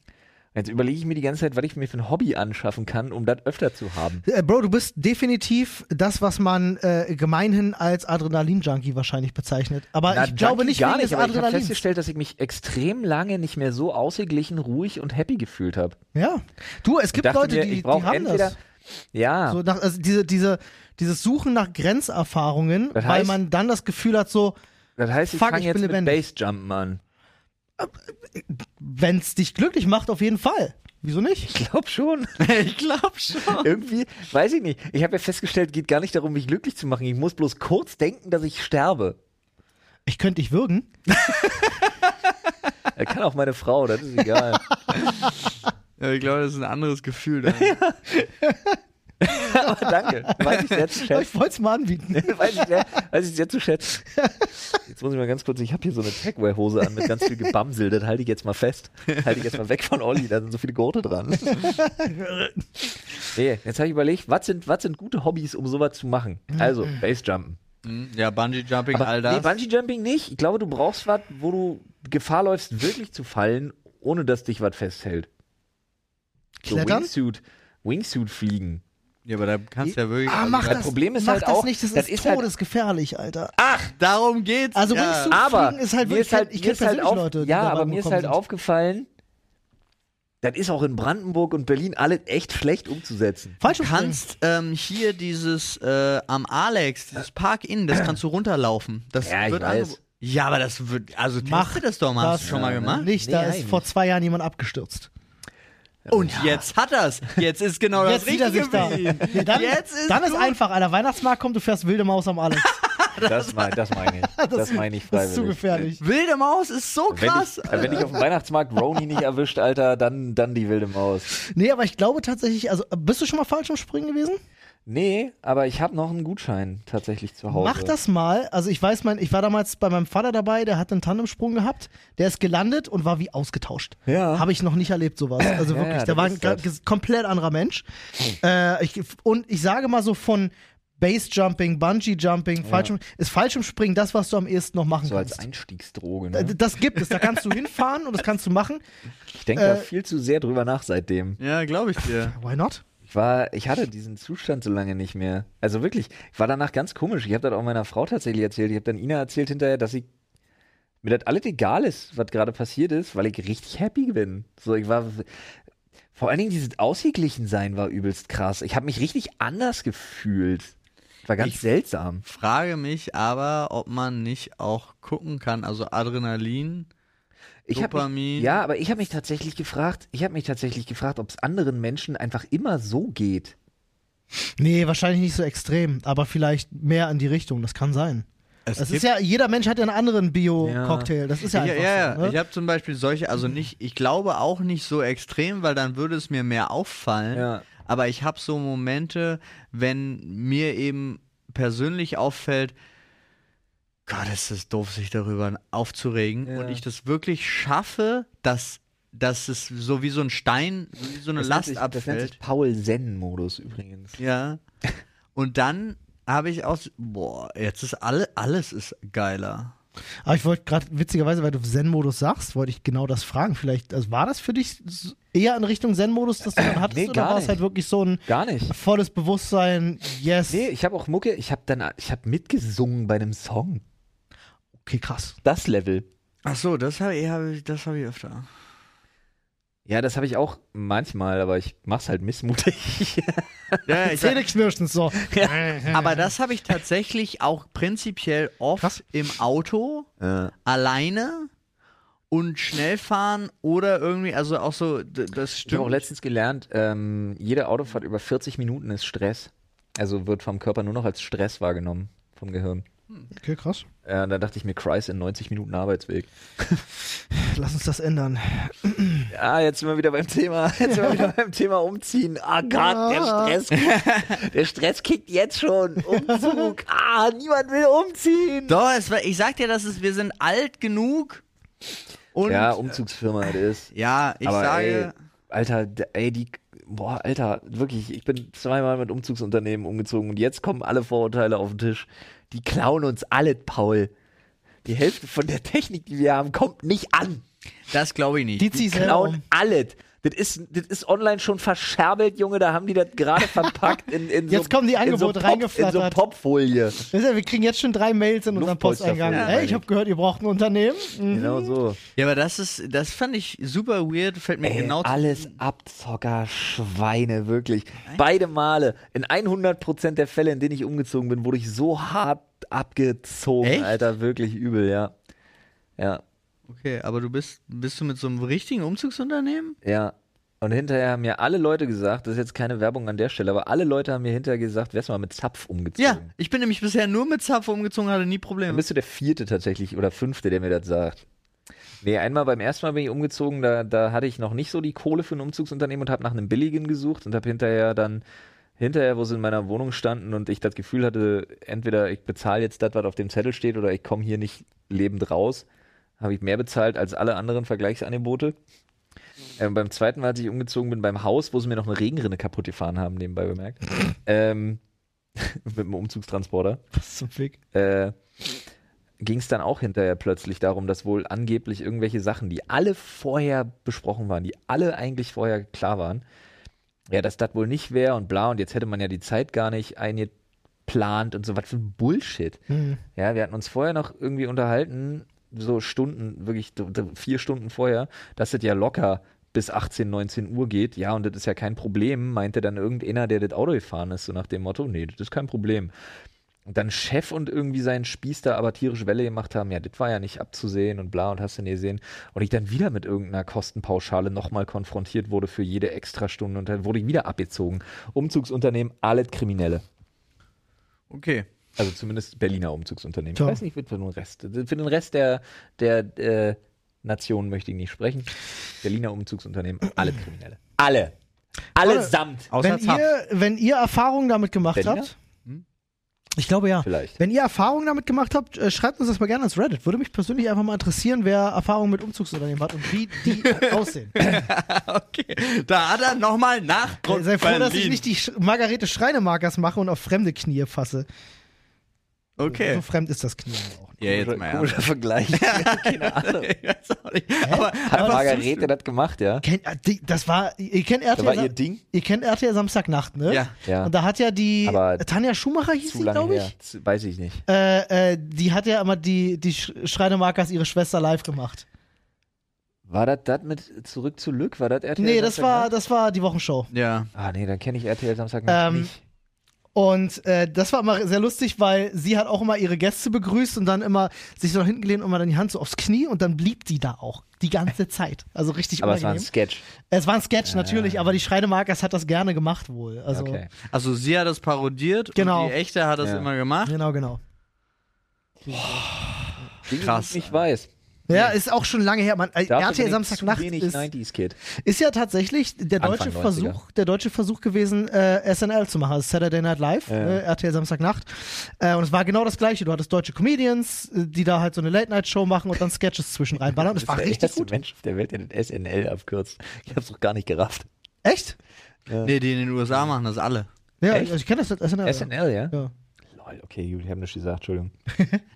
S3: Jetzt überlege ich mir die ganze Zeit, was ich mir für ein Hobby anschaffen kann, um das öfter zu haben.
S1: Äh, Bro, du bist definitiv das, was man äh, gemeinhin als Adrenalin-Junkie wahrscheinlich bezeichnet. Aber
S3: Na,
S1: ich glaube
S3: Junkie
S1: nicht
S3: gar
S1: wegen
S3: nicht,
S1: des
S3: aber ich habe
S1: Adrenalins.
S3: festgestellt, dass ich mich extrem lange nicht mehr so ausgeglichen, ruhig und happy gefühlt habe.
S1: Ja. Du, es gibt
S3: dachte
S1: Leute,
S3: mir,
S1: die,
S3: ich
S1: die
S3: brauch
S1: haben
S3: entweder,
S1: das.
S3: Ja,
S1: So nach, also diese, diese, dieses Suchen nach Grenzerfahrungen,
S3: Das
S1: weil
S3: heißt-
S1: man dann das Gefühl hat, so,
S3: das heißt, ich
S1: fuck,
S3: fange
S1: ich
S3: jetzt
S1: bin
S3: mit
S1: lebendig.
S3: Bassjumpen an.
S1: wenn es dich glücklich macht, auf jeden Fall. Wieso nicht?
S3: Ich glaube schon.
S2: ich glaub schon.
S3: Irgendwie, weiß ich nicht. Ich habe ja festgestellt, geht gar nicht darum, mich glücklich zu machen. Ich muss bloß kurz denken, dass ich sterbe.
S1: Ich könnte dich würgen.
S3: Er Äh, kann auch meine Frau, das ist egal.
S2: Ja, ich glaube, das ist ein anderes Gefühl. Dann.
S3: Aber danke. Weiß ich jetzt zu schätzen.
S1: Ich wollte es mal anbieten.
S3: Weiß ich, sehr- weiß ich sehr zu schätzen. Jetzt muss ich mal ganz kurz, ich habe hier so eine Tagwear-Hose an mit ganz viel Gebamsel, das halte ich jetzt mal fest. Halte ich jetzt mal weg von Olli, da sind so viele Gurte dran. Nee, jetzt habe ich überlegt, was sind, was sind gute Hobbys, um sowas zu machen? Also, Basejumpen.
S2: Mhm. Ja, Bungee Jumping,
S3: Aber
S2: all das.
S3: Nee, Bungee Jumping nicht. Ich glaube, du brauchst was, wo du Gefahr läufst, wirklich zu fallen, ohne dass dich was festhält. So
S1: Klettern?
S3: Wingsuit, Wingsuit fliegen.
S2: ja, aber da kannst du ja wirklich.
S1: Ah, mach
S2: also,
S1: das,
S3: Problem ist
S1: mach
S3: halt
S1: das
S3: auch,
S1: nicht, das,
S3: das
S1: ist
S3: ist halt-
S1: todesgefährlich, Alter.
S2: Darum geht's.
S1: Also
S2: ja.
S1: Wingsuit
S3: Aber
S1: fliegen ist halt
S3: mir
S1: wirklich,
S3: ist halt,
S1: ich
S3: mir
S1: kenne
S3: ist halt
S1: persönlich
S3: auf,
S1: Leute, die
S3: ja,
S1: dabei
S3: aber mir ist
S1: umgekommen
S3: halt
S1: sind.
S3: aufgefallen, das ist auch in Brandenburg und Berlin alles echt schlecht umzusetzen.
S1: Falsch
S2: Du kannst ähm, hier dieses äh, am Alex, dieses Park Inn, das kannst du runterlaufen. Das
S3: Ja, ich
S2: wird
S3: weiß.
S2: angeb- Ja, aber das wird. Also
S1: Mach
S2: mach das doch mal. Hast du
S1: das äh,
S2: schon mal gemacht?
S1: Nicht,
S3: Nee,
S1: da
S3: eigentlich
S1: ist vor zwei Jahren jemand abgestürzt.
S2: Und jetzt hat er's. Jetzt ist genau das
S1: Jetzt sieht er
S2: Richtige
S1: sich da.
S2: für ihn.
S1: Nee, dann
S2: Jetzt ist
S1: dann ist
S2: gut.
S1: einfach, Alter. Weihnachtsmarkt kommt, du fährst wilde Maus am Alex.
S3: Das, mein- das meine ich. Das, meine ich
S1: Das ist zu
S3: freiwillig.
S1: gefährlich.
S2: Wilde Maus ist so
S3: Wenn
S2: krass.
S3: ich, wenn ich auf dem Weihnachtsmarkt Roni nicht erwischt, Alter, dann, dann die wilde Maus.
S1: Nee, aber ich glaube tatsächlich, also äh, bist du schon mal falsch am Springen gewesen?
S3: Nee, aber ich habe noch einen Gutschein tatsächlich zu Hause.
S1: Mach das mal. Also ich weiß, mein, ich war damals bei meinem Vater dabei, der hat einen Tandemsprung gehabt, der ist gelandet und war wie ausgetauscht.
S3: Ja.
S1: Habe ich noch nicht erlebt, sowas. Also
S3: Ja,
S1: wirklich,
S3: ja,
S1: der
S3: das
S1: war ein
S3: ist
S1: ga-
S3: das.
S1: ges- komplett anderer Mensch. Äh, ich, und ich sage mal so von Base-Jumping, Bungee-Jumping, Fallschirm, ist Fallschirmspringen das, was du am ehesten noch machen
S3: So als
S1: kannst.
S3: Einstiegsdroge.
S1: Äh,
S3: Ne?
S1: Das gibt es, da kannst du hinfahren und das kannst du machen.
S3: Ich denke da
S1: äh,
S3: viel zu sehr drüber nach seitdem.
S2: Ja, glaube ich dir.
S1: Why not?
S3: Ich war, ich hatte diesen Zustand so lange nicht mehr. Also wirklich, ich war danach ganz komisch. Ich habe das auch meiner Frau tatsächlich erzählt. Ich habe dann Ina erzählt hinterher, dass ich mir das alles egal ist, was gerade passiert ist, weil ich richtig happy bin. So, ich war vor allen Dingen dieses Ausgeglichensein war übelst krass. Ich habe mich richtig anders gefühlt. War ganz
S2: Ich-
S3: seltsam.
S2: Frage mich aber, ob man nicht auch gucken kann. Also Adrenalin.
S3: Ich hab
S2: Dopamin.
S3: Mich, ja, aber ich habe mich tatsächlich gefragt, ich habe mich tatsächlich gefragt, ob es anderen Menschen einfach immer so geht.
S1: Nee, wahrscheinlich nicht so extrem, aber vielleicht mehr in die Richtung, das kann sein. Es ist ja, jeder Mensch hat ja einen anderen Bio-Cocktail. Das ist ja
S2: ja,
S1: einfach
S2: ja,
S1: so. Ne?
S2: Ich habe zum Beispiel solche, also nicht, ich glaube auch nicht so extrem, weil dann würde es mir mehr auffallen.
S3: Ja.
S2: Aber ich habe so Momente, wenn mir eben persönlich auffällt, Gott, ist das doof, sich darüber aufzuregen.
S3: Ja.
S2: Und ich das wirklich schaffe, dass, dass es so wie so ein Stein, wie so eine
S3: Das nennt
S2: Last
S3: sich, das nennt
S2: abfällt.
S3: sich Paul-Zen-Modus übrigens.
S2: Ja. Und dann habe ich auch, boah, jetzt ist alle, alles ist geiler.
S1: Aber ich wollte gerade, witzigerweise, weil du Zen-Modus sagst, wollte ich genau das fragen. Vielleicht, also war das für dich s- eher in Richtung Zen-Modus, dass du dann hattest,
S3: Nee,
S1: oder
S3: gar
S1: war es
S3: nicht.
S1: halt wirklich so ein
S3: Gar nicht.
S1: volles Bewusstsein, yes,
S3: Nee, ich habe auch Mucke, ich habe dann ich habe mitgesungen bei einem Song.
S1: okay, krass.
S3: Das Level.
S2: Ach so, das habe ich, hab ich, das habe ich öfter.
S3: Ja, das habe ich auch manchmal, aber ich mach's halt missmutig.
S2: Ja, ich,
S1: Zähne knirschend so.
S2: aber das habe ich tatsächlich auch prinzipiell oft im Auto, alleine und schnell fahren oder irgendwie, also auch so, d- das
S3: ich habe auch
S2: stimmt.
S3: letztens gelernt, ähm, jede Autofahrt über 40 Minuten ist Stress. Also wird vom Körper nur noch als Stress wahrgenommen, vom Gehirn.
S1: Okay, krass.
S3: Äh, und da dachte ich mir, Christ, in 90 Minuten Arbeitsweg.
S1: Lass uns das ändern.
S3: Ah, jetzt sind wir wieder beim Thema. Jetzt sind wir wieder beim Thema Umziehen. Ah
S1: Ah.
S3: Gott, der Stress, kickt- der Stress kickt jetzt schon. Umzug. Ah, niemand will umziehen.
S2: Doch, es, war- ich sag dir, das ist, wir sind alt genug und
S3: ja,
S2: ja,
S3: Umzugsfirma das ist.
S2: ich
S3: Aber,
S2: sage,
S3: ey, Alter, d- ey, die boah, Alter, wirklich, ich bin zweimal mit Umzugsunternehmen umgezogen und jetzt kommen alle Vorurteile auf den Tisch. Die klauen uns alle, Paul. Die Hälfte von der Technik, die wir haben, kommt nicht an.
S2: das glaube ich nicht.
S1: Die zieh's selber
S3: klauen
S1: um.
S3: alles. Das ist, das ist online schon verscherbelt, Junge. Da haben die das gerade verpackt in, in so
S1: Jetzt kommen die Angebote
S3: in so Pop, in so
S1: reingeflattert.
S3: Popfolie.
S1: Das ist ja, wir kriegen jetzt schon drei Mails in unserem
S3: Luftpolster
S1: Posteingang.
S3: für
S1: Ey, ich habe gehört, ihr braucht ein Unternehmen. Mhm.
S3: Genau so.
S2: Ja, aber das ist, das fand ich super weird, fällt mir
S3: Ey,
S2: genau zu-
S3: alles Abzocker, Schweine, wirklich. Beide Male. In 100% der Fälle, in denen ich umgezogen bin, wurde ich so hart abgezogen,
S2: Echt?
S3: Alter. Wirklich übel, ja. Ja,
S2: Okay, aber du bist, bist du mit so einem richtigen Umzugsunternehmen?
S3: ja. Und hinterher haben mir alle Leute gesagt, das ist jetzt keine Werbung an der Stelle, aber alle Leute haben mir hinterher gesagt, wärst du mal mit Zapf umgezogen.
S2: Ja, ich bin nämlich bisher nur mit Zapf umgezogen, hatte nie
S3: Dann
S2: Probleme.
S3: bist du der vierte tatsächlich oder fünfte, der mir das sagt. Nee, einmal beim ersten Mal bin ich umgezogen, da, da hatte ich noch nicht so die Kohle für ein Umzugsunternehmen und habe nach einem billigen gesucht und habe hinterher dann, hinterher, wo sie in meiner Wohnung standen und ich das Gefühl hatte, entweder ich bezahle jetzt das, was auf dem Zettel steht oder ich komme hier nicht lebend raus, habe ich mehr bezahlt als alle anderen Vergleichsangebote. Ähm, beim zweiten Mal, als ich umgezogen bin, beim Haus, wo sie mir noch eine Regenrinne kaputt gefahren haben, nebenbei bemerkt, ähm, mit dem Umzugstransporter,
S2: Was zum Fick?
S3: äh, ging es dann auch hinterher plötzlich darum, dass wohl angeblich irgendwelche Sachen, die alle vorher besprochen waren, die alle eigentlich vorher klar waren, ja, dass das wohl nicht wäre und bla und jetzt hätte man ja die Zeit gar nicht eingeplant und so, was für ein Bullshit. Ja, wir hatten uns vorher noch irgendwie unterhalten, so Stunden, wirklich d- d- vier Stunden vorher, dass das ja locker bis 18, 19 Uhr geht. Ja, und das ist ja kein Problem, meinte dann irgendeiner, der das Auto gefahren ist, so nach dem Motto, nee, das ist kein Problem. Und dann Chef und irgendwie seinen Spieß da aber tierisch Welle gemacht haben, ja, das war ja nicht abzusehen und bla und hast du nie gesehen. Und ich dann wieder mit irgendeiner Kostenpauschale nochmal konfrontiert wurde für jede Extrastunde und dann wurde ich wieder abgezogen. Umzugsunternehmen, alles Kriminelle.
S2: Okay.
S3: Also zumindest Berliner Umzugsunternehmen.
S1: Ja.
S3: Ich weiß nicht, für den Rest, für den Rest der, der äh, Nation möchte ich nicht sprechen. Berliner Umzugsunternehmen, alle Kriminelle. Alle. Allesamt.
S2: Außer
S1: Wenn
S2: Zapf.
S1: ihr, wenn ihr Erfahrungen damit gemacht
S3: Berliner? Hm?
S1: habt, ich glaube ja.
S3: Vielleicht.
S1: Wenn ihr Erfahrungen damit gemacht habt, äh, schreibt uns das mal gerne ans Reddit. Würde mich persönlich einfach mal interessieren, wer Erfahrungen mit Umzugsunternehmen hat und wie die aussehen.
S2: okay. Da hat er nochmal Nachdruck.
S1: Äh, Sei froh, dass ich
S2: verliehen.
S1: nicht die Sch Margarete Schreinemarkers mache und auf fremde Knie fasse. So
S2: Okay.
S1: fremd ist das Knie auch. nicht.
S2: Ja, jetzt mal ernst.
S3: Komischer Vergleich. Keine Ahnung.
S2: Ich weiß auch nicht. Aber
S3: Hat
S2: einfach
S3: Margarete das gemacht, ja?
S1: Kennt, äh, die- das war, ihr kennt
S3: Da
S1: RTL,
S3: war
S1: Sa-
S3: ihr Ding
S1: ihr kennt RTL Samstagnacht, ne?
S2: Ja.
S3: Ja.
S1: Und da hat ja die
S3: Aber
S1: Tanja Schumacher hieß
S3: zu
S1: sie,
S3: lange
S1: glaube
S3: her.
S1: ich.
S3: Zu- Weiß ich nicht.
S1: Äh, äh, die hat ja immer die, die Sch- Schreinemarkers ihre Schwester live gemacht.
S3: War das das mit Zurück zu Lück? War das RTL?
S1: Nee, das war,
S3: Samstagnacht?
S1: das war die Wochenshow.
S2: Ja.
S3: ne? Ah, nee, dann kenne ich RTL Samstagnacht
S1: Ähm,
S3: nicht.
S1: Und äh, das war immer sehr lustig, weil sie hat auch immer ihre Gäste begrüßt und dann immer sich so nach hinten gelehnt und mal dann die Hand so aufs Knie und dann blieb die da auch die ganze Zeit. Also richtig
S3: Aber es war ein
S1: unangenehm.
S3: Sketch.
S1: es war ein Sketch natürlich, aber die Schreinemarkers hat das gerne gemacht wohl. Also
S3: Okay.
S2: Also sie hat das parodiert
S1: Genau.
S2: und die Echte hat das
S3: Ja.
S2: immer gemacht.
S1: genau, genau.
S2: Krass.
S3: Ich weiß.
S1: Ja, ist auch schon lange her. Man, äh,
S3: Dafür bin
S1: RTL
S3: ich
S1: Samstagnacht
S3: zu wenig
S1: ist,
S3: 90s-Kid.
S1: ist ja tatsächlich der deutsche
S3: Anfang 90er.
S1: Versuch, der deutsche Versuch gewesen, äh, SNL zu machen, also Saturday Night Live,
S3: Ja.
S1: ne, RTL Samstagnacht. Äh, und es war genau das Gleiche. Du hattest deutsche Comedians, äh, die da halt so eine Late Night Show machen und dann Sketches zwischen reinballern. Und es war
S3: der
S1: richtig
S3: erste
S1: gut.
S3: Mensch auf der Welt, der den SNL abkürzt. Ich hab's doch gar nicht gerafft.
S1: Echt?
S2: Nee, die in den USA machen das alle.
S1: Ja,
S3: Echt?
S1: ich, ich kenne das als SNL.
S3: SNL, ja?
S1: Ja.
S3: Lol, okay, gut, ich hab nichts gesagt, Entschuldigung.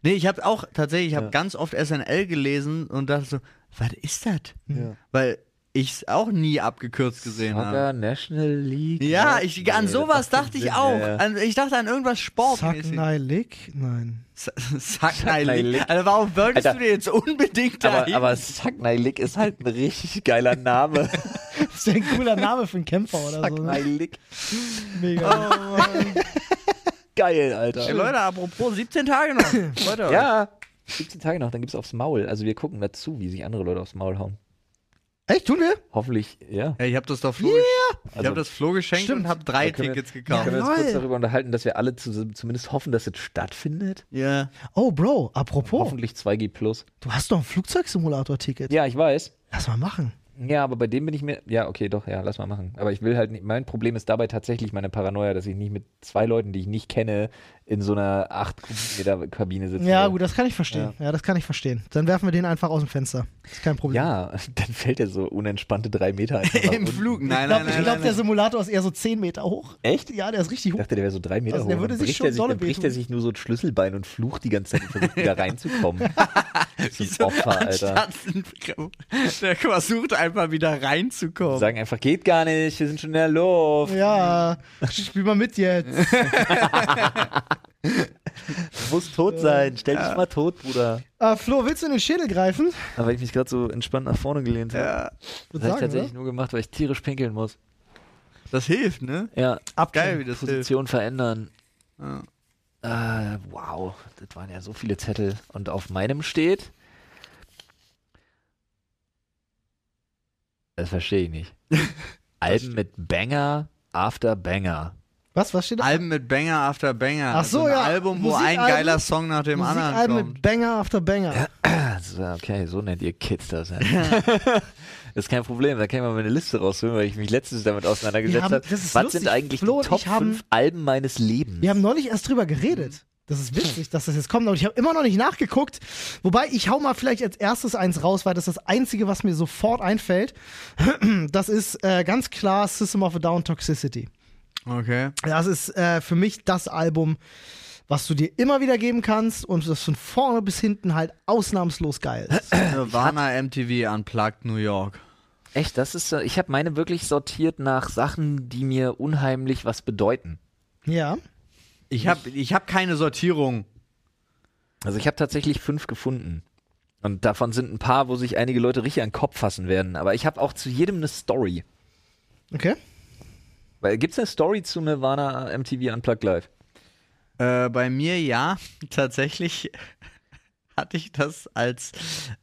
S2: Nee, ich habe auch tatsächlich, ich habe ganz oft SNL gelesen und dachte so, was ist das?
S1: Hm.
S2: Weil ich es auch nie abgekürzt gesehen habe.
S3: Soccer National League.
S2: Ja,
S3: ne?
S2: ich, an
S3: Nee,
S2: sowas
S3: das macht
S2: dachte
S3: keinen
S2: ich
S3: Sinn,
S2: auch.
S3: ja, ja.
S2: An, ich dachte an irgendwas
S1: ja.
S2: Sportmäßig.
S1: Sackneilig? Nein.
S2: Sackneilig.
S3: Sackneilig.
S2: Also warum würdest
S3: Alter.
S2: du dir jetzt unbedingt
S3: Aber,
S2: dahin?
S3: aber Sagnai Lick ist halt ein richtig geiler Name.
S1: Das ist ja ein cooler Name für einen Kämpfer oder so.
S3: Sagnai
S1: Ne?
S3: Lick.
S1: Mega.
S3: Oh, Geil, Alter.
S2: Ey, Leute, apropos 17 Tage noch. Leute,
S3: Ja, 17 Tage noch, dann gibt's aufs Maul. Also wir gucken dazu, wie sich andere Leute aufs Maul hauen.
S1: Echt, tun wir?
S3: Hoffentlich, ja.
S2: Ja, ich habe das doch Flo, ich
S3: Also-
S2: hab das Flo geschenkt
S1: Stimmt.
S2: und habe drei
S3: Da können wir-
S2: Tickets
S3: Können
S2: gekauft.
S3: wir uns kurz
S1: Jawohl.
S3: darüber unterhalten, dass wir alle zu, zumindest hoffen, dass es stattfindet?
S2: Ja.
S1: Oh, Bro, apropos,
S3: Hoffentlich 2G plus.
S1: du hast doch ein Flugzeugsimulator-Ticket.
S3: Ja, ich weiß.
S1: Lass mal machen.
S3: Ja, aber bei dem bin ich mir. Ja, okay, doch, ja, lass mal machen. Aber ich will halt nicht. Mein Problem ist dabei tatsächlich meine Paranoia, dass ich nicht mit zwei Leuten, die ich nicht kenne, in so einer 8 Meter Kabine sitze.
S1: Ja, gut, das kann ich verstehen. Ja. das kann ich verstehen. Dann werfen wir den einfach aus dem Fenster. Ist kein Problem.
S3: Ja, dann fällt er so unentspannte drei Meter einfach nach
S2: Im
S3: unten.
S2: Flug.
S1: ich
S2: Nein, nein,
S1: glaube,
S2: nein.
S1: glaub,
S2: nein,
S1: der
S2: nein.
S1: Simulator ist eher so 10 Meter hoch.
S3: Echt?
S1: Ja, der ist richtig
S3: Ich
S1: hoch.
S3: dachte, der wäre so drei Meter
S1: Also
S3: hoch.
S1: der würde
S3: dann
S1: sich
S3: bricht
S1: schon
S3: er sich,
S1: dolle
S3: dann bricht er
S1: wehtun.
S3: sich nur so ein Schlüsselbein und flucht die ganze Zeit und versucht wieder reinzukommen. Dieses Opfer, Alter.
S2: Anstatt, der versucht einfach wieder
S3: Die
S2: reinzukommen.
S3: sagen einfach, geht gar nicht, wir sind schon in der Luft.
S1: Ja, spiel mal mit jetzt.
S3: Du musst tot sein, stell dich mal tot, Bruder.
S1: Äh, Flo, willst du in den Schädel greifen?
S3: Aber ich mich gerade so entspannt nach vorne gelehnt habe.
S2: ja,
S1: Würde ne?
S3: Das habe ich tatsächlich nur gemacht, weil ich tierisch pinkeln muss.
S2: das hilft, ne?
S3: Ja,
S2: Geil, wie das hilft.
S3: Position verändern.
S2: Ja.
S3: Äh, wow, das waren ja so viele Zettel. Und auf meinem steht. Das verstehe ich nicht. Alben mit Banger after Banger.
S1: Was, was steht da?
S2: Alben mit Banger after Banger.
S1: Ach
S2: Also
S1: so,
S2: ein
S1: ja.
S2: Album, wo ein
S1: Musikalben-
S2: geiler Song nach dem anderen
S1: Musikalben
S2: kommt.
S1: mit Banger after Banger.
S3: Also, okay, so nennt ihr Kids das. Ja. das ist kein Problem, da kann ich mal meine Liste rausholen, weil ich mich letztens damit auseinandergesetzt
S1: Wir haben-
S3: habe.
S1: das ist
S3: Was
S1: lustig.
S3: sind eigentlich
S1: Flo und
S3: die Top
S1: ich haben-
S3: 5 Alben meines Lebens?
S1: Wir haben neulich erst drüber geredet. Das ist witzig, dass das jetzt kommt. Und ich habe immer noch nicht nachgeguckt. Wobei, ich hau mal vielleicht als erstes eins raus, weil das ist das Einzige, was mir sofort einfällt. Das ist äh, ganz klar System of a Down Toxicity.
S2: Okay.
S1: Das ist äh, für mich das Album, was du dir immer wieder geben kannst und das von vorne bis hinten halt ausnahmslos geil ist.
S2: Nirvana MTV Unplugged New York.
S3: Echt, das ist so. Ich habe meine wirklich sortiert nach Sachen, die mir unheimlich was bedeuten.
S1: ja.
S2: Ich habe ich hab keine Sortierung.
S3: Also ich habe tatsächlich fünf gefunden. Und davon sind ein paar, wo sich einige Leute richtig an den Kopf fassen werden. Aber ich habe auch zu jedem eine Story.
S1: Okay.
S3: Gibt es eine Story zu Nirvana MTV Unplugged Live?
S2: Äh, bei mir ja, tatsächlich hatte ich das als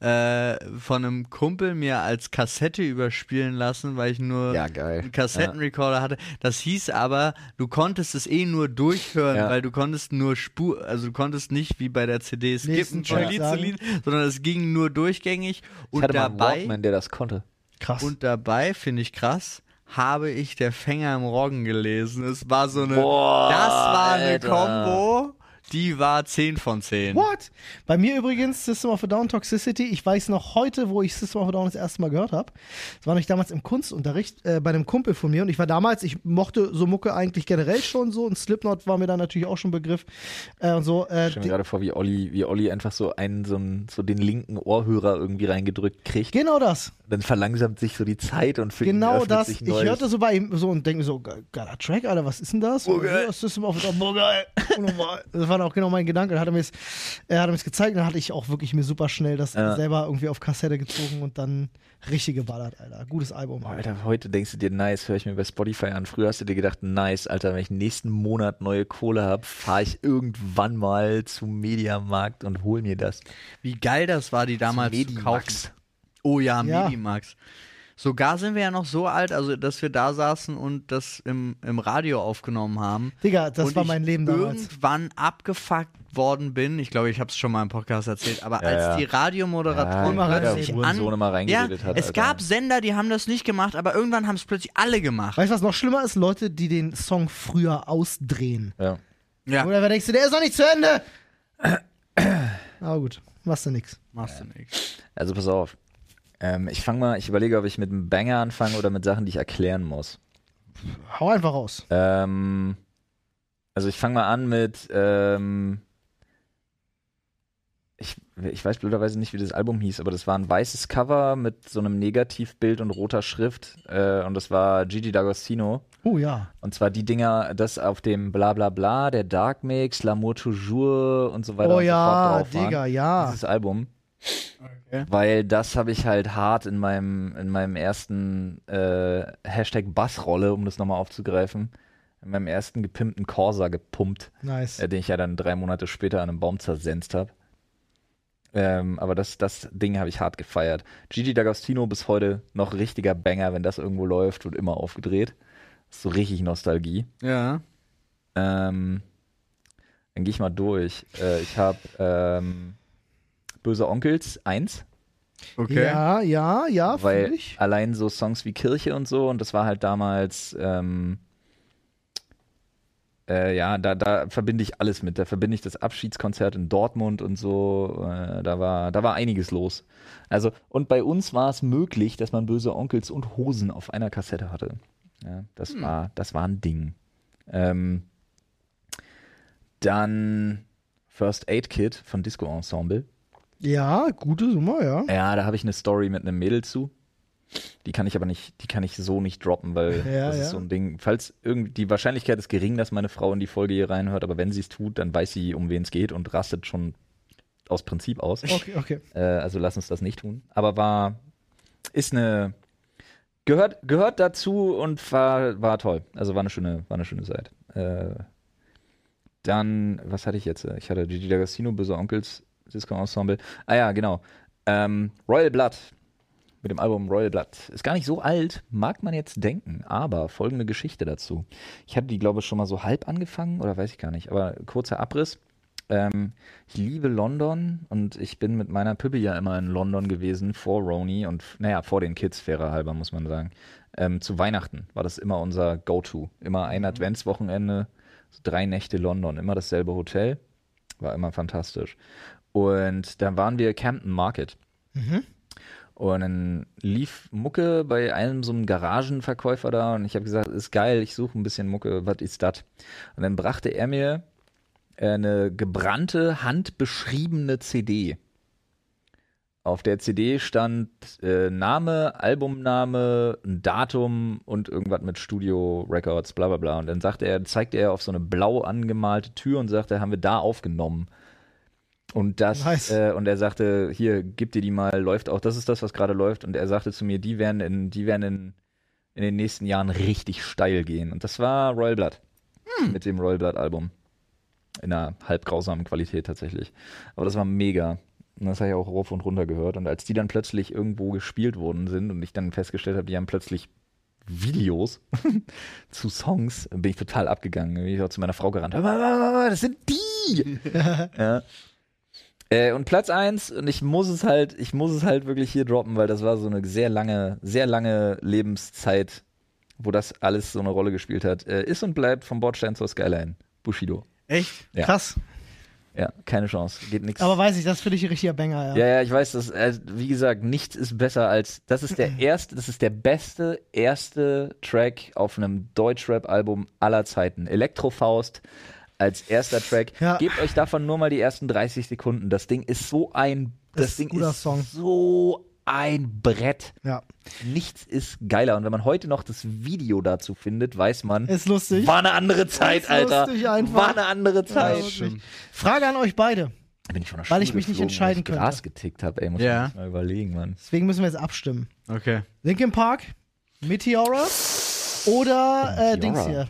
S2: äh, von einem Kumpel mir als Kassette überspielen lassen, weil ich nur
S3: Ja, geil.
S2: einen Kassettenrekorder hatte. Das hieß aber, du konntest es eh nur durchhören,
S3: Ja.
S2: weil du konntest nur Spur, also du konntest nicht wie bei der CD skippen
S1: Nächsten
S2: von
S1: Track
S2: Lied zu
S1: sagen.
S2: Lied, sondern es ging nur durchgängig
S3: Ich
S2: und
S3: hatte mal einen
S2: dabei
S3: Walkman, der das konnte.
S1: Krass.
S2: und dabei finde ich krass. Habe ich der Fänger im Roggen gelesen. Es war so eine.
S3: Boah,
S2: das war eine
S3: Alter.
S2: Combo, die war 10 von 10.
S1: What? Bei mir übrigens System of a Down Toxicity. Ich weiß noch heute, wo ich System of a Down das erste Mal gehört habe. Das war nämlich damals im Kunstunterricht äh, bei einem Kumpel von mir. Und ich war damals, ich mochte so Mucke eigentlich generell schon so. Und Slipknot war mir dann natürlich auch schon Begriff. Äh, und so. Äh,
S3: Ich stelle
S1: die-
S3: mir gerade vor, wie Olli, wie Olli einfach so einen, so einen, so den linken Ohrhörer irgendwie reingedrückt kriegt.
S1: genau das.
S3: Dann verlangsamt sich so die Zeit und für ihn
S1: Genau
S3: öffnet
S1: das.
S3: sich
S1: Ich
S3: neues.
S1: hörte so bei ihm so und denke mir so, ge- geiler Track, Alter, was ist denn das? Und
S3: Burger.
S1: so, System of a Down, Burger, ey. Unnormal. Das war dann auch genau mein Gedanke. Dann hat er mir es, er hat mir es gezeigt und dann hatte ich auch wirklich mir super schnell das
S3: Ja.
S1: selber irgendwie auf Kassette gezogen und dann richtig geballert, Alter. Gutes Album.
S3: Boah, Alter, heute denkst du dir, nice, höre ich mir bei Spotify an. Früher hast du dir gedacht, nice, Alter, wenn ich nächsten Monat neue Kohle habe, fahre ich irgendwann mal zum Mediamarkt und hol mir das.
S2: Wie geil das war, die damals zu kaufen.
S3: Medimax.
S2: Oh ja,
S1: Ja.
S2: Medimax. Sogar sind wir ja noch so alt, also dass wir da saßen und das im, im Radio aufgenommen haben.
S1: Digga, das
S2: und
S1: war
S2: ich
S1: mein Leben damals.
S2: irgendwann abgefuckt worden bin. Ich glaube, ich habe es schon mal im Podcast erzählt, aber
S3: Ja,
S2: als
S3: ja.
S2: die
S3: Ja,
S2: Radiomoderatoren
S1: immer
S3: jeder
S2: plötzlich an...
S3: Hurensohn immer
S2: ja,
S3: reingeredet hat,
S2: es
S3: Alter.
S2: gab Sender, die haben das nicht gemacht, aber irgendwann haben es plötzlich alle gemacht.
S1: Weißt du, was noch schlimmer ist? Leute, die den Song früher ausdrehen.
S3: Ja.
S2: Ja,
S1: Oder wer denkst du, der ist noch nicht zu Ende? Aber gut, machst du nix.
S2: machst du nichts.
S3: Also pass auf. Ähm, ich fange mal, ich überlege, ob ich mit einem Banger anfange oder mit Sachen, die ich erklären muss.
S1: Hau einfach raus.
S3: Ähm, also ich fange mal an mit, ähm, ich, ich weiß blöderweise nicht, wie das Album hieß, aber das war ein weißes Cover mit so einem Negativbild und roter Schrift äh, und das war Gigi D'Agostino.
S1: Oh ja.
S3: Und zwar die Dinger, das auf dem Bla Bla Bla, der Dark Mix, L'amour toujours und so weiter
S1: Oh
S3: und so
S1: ja,
S3: fort drauf waren.
S1: Digga, ja.
S3: Dieses Album. Weil das habe ich halt hart in meinem, in meinem ersten äh, Hashtag Bassrolle, um das nochmal aufzugreifen, in meinem ersten gepimpten Corsa gepumpt,
S1: Nice.
S3: äh, den ich ja dann drei Monate später an einem Baum zersenzt habe. Ähm, aber das, das Ding habe ich hart gefeiert. Gigi D'Agostino bis heute noch richtiger Banger, wenn das irgendwo läuft, wird immer aufgedreht. So richtig Nostalgie.
S2: Ja.
S3: Ähm, dann gehe ich mal durch. Äh, ich habe ähm, Böse Onkels 1.
S2: Okay.
S1: Ja, ja, ja,
S3: weil
S1: finde ich.
S3: allein so Songs wie Kirche und so, und das war halt damals, ähm, äh, ja, da, da verbinde ich alles mit. Da verbinde ich das Abschiedskonzert in Dortmund und so. Äh, da, war, da war einiges los. Also, und bei uns war es möglich, dass man böse Onkels und Hosen auf einer Kassette hatte. Ja, das,
S1: Hm.
S3: war, das war ein Ding. Ähm, dann First Aid Kit von Disco Ensemble.
S1: Ja, gute Summe, ja.
S3: Ja, da habe ich eine Story mit einem Mädel zu. Die kann ich aber nicht, die kann ich so nicht droppen, weil
S1: Ja,
S3: das
S1: ja.
S3: ist so ein Ding. Falls irgendwie die Wahrscheinlichkeit ist gering, dass meine Frau in die Folge hier reinhört, aber wenn sie es tut, dann weiß sie, um wen es geht und rastet schon aus Prinzip aus.
S1: Okay, okay.
S3: Äh, also lass uns das nicht tun. Aber war, ist eine, gehört, gehört dazu und war, war toll. Also war eine schöne, war eine schöne Zeit. Äh, dann, was hatte ich jetzt? Ich hatte Gigi D'Agostino, Böse Onkels, Disco Ensemble. Ah ja, genau. Ähm, Royal Blood. Mit dem Album Royal Blood. Ist gar nicht so alt, mag man jetzt denken, aber folgende Geschichte dazu. Ich hatte die, glaube ich, schon mal so halb angefangen oder weiß ich gar nicht, aber kurzer Abriss. Ähm, ich liebe London und ich bin mit meiner Pippi ja immer in London gewesen, vor Roni und, naja, vor den Kids, fairer halber, muss man sagen. Ähm, zu Weihnachten war das immer unser Go-To. Immer ein Adventswochenende, so drei Nächte London, immer dasselbe Hotel. War immer fantastisch. Und dann waren wir Camden Market. Und dann lief Mucke bei einem so einem Garagenverkäufer da und ich habe gesagt, ist geil, ich suche ein bisschen Mucke, was ist das? Und dann brachte er mir äh, eine gebrannte, handbeschriebene CD. Auf der CD stand äh, Name, Albumname, ein Datum und irgendwas mit Studio Records, bla bla bla. Und dann sagte er, zeigte er auf so eine blau angemalte Tür und sagte, haben wir da aufgenommen. Und das,
S1: Nice.
S3: äh, und er sagte, hier, gib dir die mal, läuft auch, das ist das, was gerade läuft. Und er sagte zu mir, die werden in, die werden in, in den nächsten Jahren richtig steil gehen. Und das war Royal Blood. Mit dem Royal Blood Album. In einer halb grausamen Qualität tatsächlich. Aber das war mega. Und das habe ich auch rauf und runter gehört. Und als die dann plötzlich irgendwo gespielt worden sind und ich dann festgestellt habe, die haben plötzlich Videos zu Songs, bin ich total abgegangen. Bin ich auch zu meiner Frau gerannt. "Hör mal, hör mal, hör mal, Das sind die! ja. Äh, und Platz 1, und ich muss es halt, ich muss es halt wirklich hier droppen, weil das war so eine sehr lange, sehr lange Lebenszeit, wo das alles so eine Rolle gespielt hat, äh, ist und bleibt vom Bordstein zur Skyline. Bushido.
S2: Echt?
S3: Ja.
S1: Krass.
S3: Ja, keine Chance. Geht nichts.
S1: Aber weiß ich, das ist für dich ein richtiger Banger, ja.
S3: Ja, ja, ich weiß, das, also, wie gesagt, nichts ist besser als, das ist der erste, das ist der beste erste Track auf einem Deutschrap-Album aller Zeiten. Elektrofaust als erster Track.
S1: Ja.
S3: Gebt euch davon nur mal die ersten 30 Sekunden. Das Ding ist so ein,
S1: Das
S3: das,
S1: ist ein
S3: Ding
S1: guter
S3: ist
S1: Song.
S3: so ein Brett.
S1: ja.
S3: Nichts ist geiler. Und wenn man heute noch das Video dazu findet, weiß man,
S1: Ist lustig.
S3: war eine andere Zeit,
S1: Ist
S3: Alter.
S1: lustig einfach.
S3: War eine andere
S1: Ja,
S3: Zeit.
S1: wirklich. Frage an euch beide.
S3: Da bin ich von der
S1: Weil
S3: Schule
S1: ich mich nicht
S3: geflogen,
S1: entscheiden
S3: weil ich Gras getickt habe, ey, muss
S2: Ja.
S3: ich mal überlegen, Mann.
S1: Deswegen müssen wir jetzt abstimmen.
S2: Okay.
S1: Linkin Park, Meteora oder äh,
S3: Meteora.
S1: Dings hier.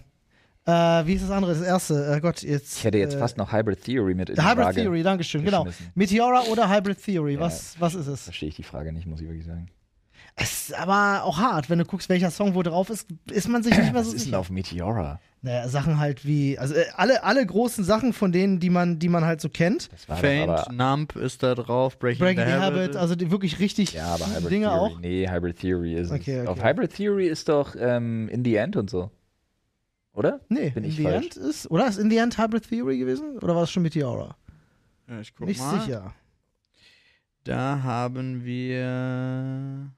S1: Äh, wie ist das andere? Das erste. Äh, Gott, jetzt.
S3: Ich hätte jetzt
S1: äh,
S3: fast noch Hybrid Theory mit in die
S1: Hybrid
S3: Frage.
S1: Theory, Dankeschön, genau.
S3: geschmissen.
S1: Meteora oder Hybrid Theory, was, was ist es?
S3: Verstehe ich die Frage nicht, muss ich wirklich sagen.
S1: Es ist aber auch hart, wenn du guckst, welcher Song wo drauf ist, ist man sich nicht mehr
S3: Was
S1: so
S3: ist denn
S1: sicher.
S3: auf Meteora?
S1: Naja, Sachen halt wie, also äh, alle, alle großen Sachen von denen, die man, die man halt so kennt.
S3: Das war doch
S2: Faint,
S3: aber,
S2: Nump ist da drauf, Breaking,
S1: Breaking
S2: the,
S1: the
S2: Habit.
S1: Habit, also die wirklich richtig
S3: ja, aber
S1: guten
S3: Hybrid
S1: Dinge
S3: Theory.
S1: auch.
S3: Nee, Hybrid Theory ist
S1: Okay, okay.
S3: Auf Hybrid Theory ist doch ähm, In the End und so. Oder?
S1: Nee,
S3: Bin
S1: in
S3: ich
S1: the
S3: falsch?
S1: End ist, oder ist in the End Hybrid Theory gewesen? Oder war es schon Meteora?
S2: ja, ich guck
S1: nicht
S2: mal.
S1: sicher.
S2: Da haben wir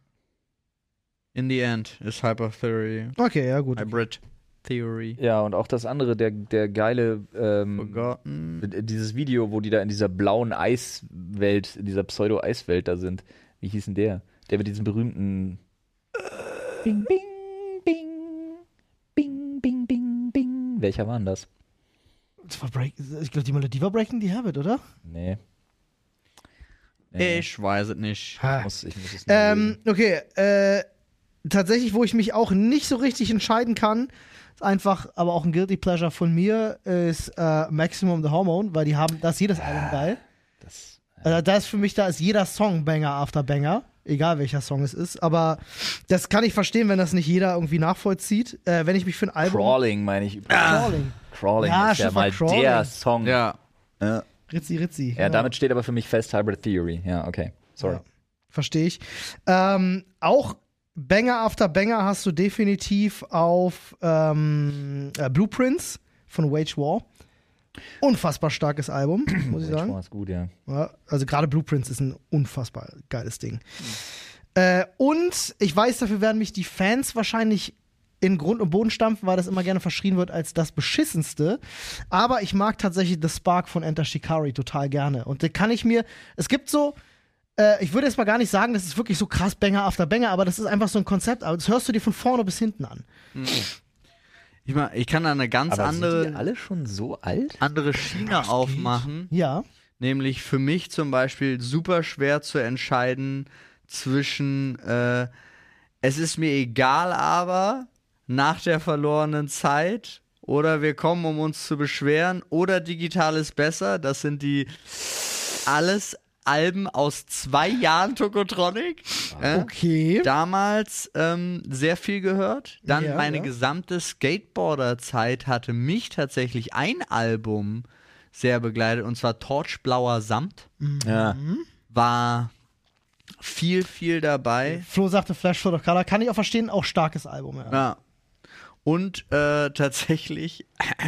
S2: In the End ist Hyper Theory.
S1: Okay, ja gut.
S2: Hybrid Theory.
S3: Ja, und auch das andere, der, der geile, ähm,
S2: Forgotten.
S3: dieses Video, wo die da in dieser blauen Eiswelt, in dieser Pseudo-Eiswelt da sind. Wie hieß denn der? Der mit diesem berühmten Bing, Bing, Bing, Bing, Bing, Bing, Bing. Welcher war denn das?
S1: Das war Break, ich glaube, die Melodie war Breaking the Habit, oder?
S3: Nee.
S2: Ich weiß es nicht.
S3: Ich muss, ich muss es nicht
S1: Ähm, okay, äh, tatsächlich, wo ich mich auch nicht so richtig entscheiden kann, ist einfach, aber auch ein Guilty Pleasure von mir, ist äh, Maximum the Hormone, weil die haben, da ist jedes Album geil.
S3: das,
S1: Also da ist für mich, da ist jeder Song Banger after Banger, egal welcher Song es ist, aber das kann ich verstehen, wenn das nicht jeder irgendwie nachvollzieht. Äh, wenn ich mich für ein Album...
S3: Crawling meine ich. übrigens.
S1: Crawling.
S3: Crawling
S1: Ja,
S3: ist ja
S1: schon mal
S3: mal
S1: Crawling.
S3: der Song.
S2: Ja.
S3: Ja.
S1: Ritzi, Ritzi.
S3: ja,
S1: genau.
S3: damit steht aber für mich fest Hybrid Theory. Ja, okay. Sorry.
S1: Ja. Verstehe ich. Ähm, auch Banger after Banger hast du definitiv auf ähm, äh, Blueprints von Wage War. Unfassbar starkes Album, muss ich
S3: Wage
S1: sagen.
S3: War ist gut, ja.
S1: Ja, also gerade Blueprints ist ein unfassbar geiles Ding. Äh, und ich weiß, dafür werden mich die Fans wahrscheinlich in Grund und Boden stampfen, weil das immer gerne verschrien wird als das beschissenste. Aber ich mag tatsächlich The Spark von Enter Shikari total gerne. Und da kann ich mir, es gibt so, äh, ich würde jetzt mal gar nicht sagen, das ist wirklich so krass Banger after Banger, aber das ist einfach so ein Konzept. Aber das hörst du dir von vorne bis hinten an.
S2: Ich, mein, ich kann da eine ganz
S3: Aber sind die
S2: andere,
S3: alle schon so alt?
S2: andere Schiene aufmachen.
S1: Ja.
S2: Nämlich für mich zum Beispiel super schwer zu entscheiden zwischen äh, es ist mir egal, aber nach der verlorenen Zeit oder wir kommen, um uns zu beschweren oder digital ist besser. Das sind die alles Alben aus zwei Jahren Tokotronic. Äh,
S1: Okay.
S2: Damals ähm, sehr viel gehört. Dann
S1: Ja,
S2: meine
S1: ja.
S2: gesamte Skateboarder-Zeit hatte mich tatsächlich ein Album sehr begleitet und zwar Torchblauer Samt.
S3: Ja.
S2: War viel, viel dabei.
S1: Flo sagte Flash Flood of Color. Kann ich auch verstehen, auch starkes Album. Ja.
S2: Ja. Und äh, tatsächlich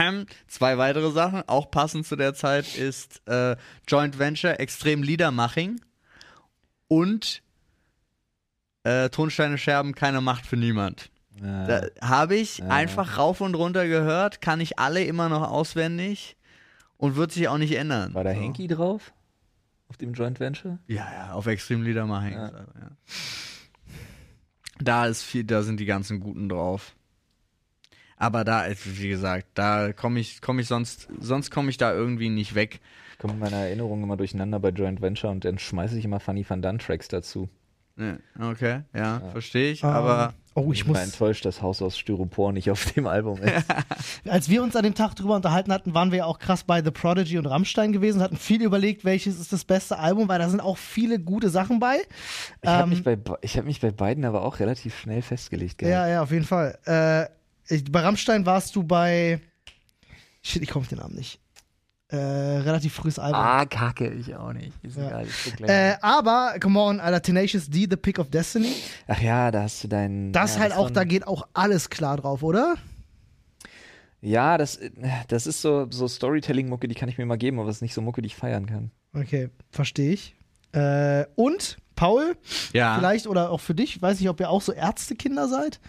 S2: zwei weitere Sachen, auch passend zu der Zeit, ist äh, Joint Venture Extrem Liedermaching und äh, Tonsteine Scherben, keine Macht für niemand. Da habe ich einfach rauf und runter gehört, kann ich alle immer noch auswendig und wird sich auch nicht ändern.
S3: War da
S2: So.
S3: Henki drauf? Auf dem Joint Venture?
S2: Ja, ja, auf Extreme Leader mal Hank. Ja. Ja. Da ist viel, da sind die ganzen Guten drauf. Aber da, äh, wie gesagt, da komme ich, komme ich sonst, sonst komme ich da irgendwie nicht weg.
S3: Ich komme in meiner Erinnerung immer durcheinander bei Joint Venture und dann schmeiße ich immer Funny Van Dunn Tracks dazu.
S2: Ne, Okay, ja, verstehe ich.
S1: Ähm,
S2: Aber
S1: oh, ich
S3: Ich war
S1: muss.
S3: enttäuscht, dass Haus aus Styropor nicht auf dem Album ist.
S1: Als wir uns an dem Tag drüber unterhalten hatten, waren wir ja auch krass bei The Prodigy und Rammstein gewesen und hatten viel überlegt, welches ist das beste Album, weil da sind auch viele gute Sachen bei. Ähm.
S3: Ich habe mich, bei be- ich hab mich bei beiden aber auch relativ schnell festgelegt.
S1: Ja,
S3: Gehabt.
S1: ja, auf jeden Fall. Äh, ich, bei Rammstein warst du bei. Shit, ich komme auf den Namen nicht. Äh, relativ frühes Album.
S3: Ah, kacke, ich auch nicht. Ist
S1: Ja.
S3: egal, ich guck gleich
S1: Äh,
S3: mal.
S1: aber, come on, Alter, Tenacious D, The Pick of Destiny.
S3: Ach ja, da hast du deinen.
S1: Das
S3: ja,
S1: halt
S3: war ne-
S1: auch,
S3: ein-
S1: da geht auch alles klar drauf, oder?
S3: Ja, das, äh, das ist so, so Storytelling-Mucke, die kann ich mir mal geben, aber es ist nicht so Mucke, die ich feiern kann.
S1: Okay, verstehe ich. Äh, und, Paul,
S2: ja.
S1: vielleicht oder auch für dich, weiß nicht, ob ihr auch so Ärztekinder seid,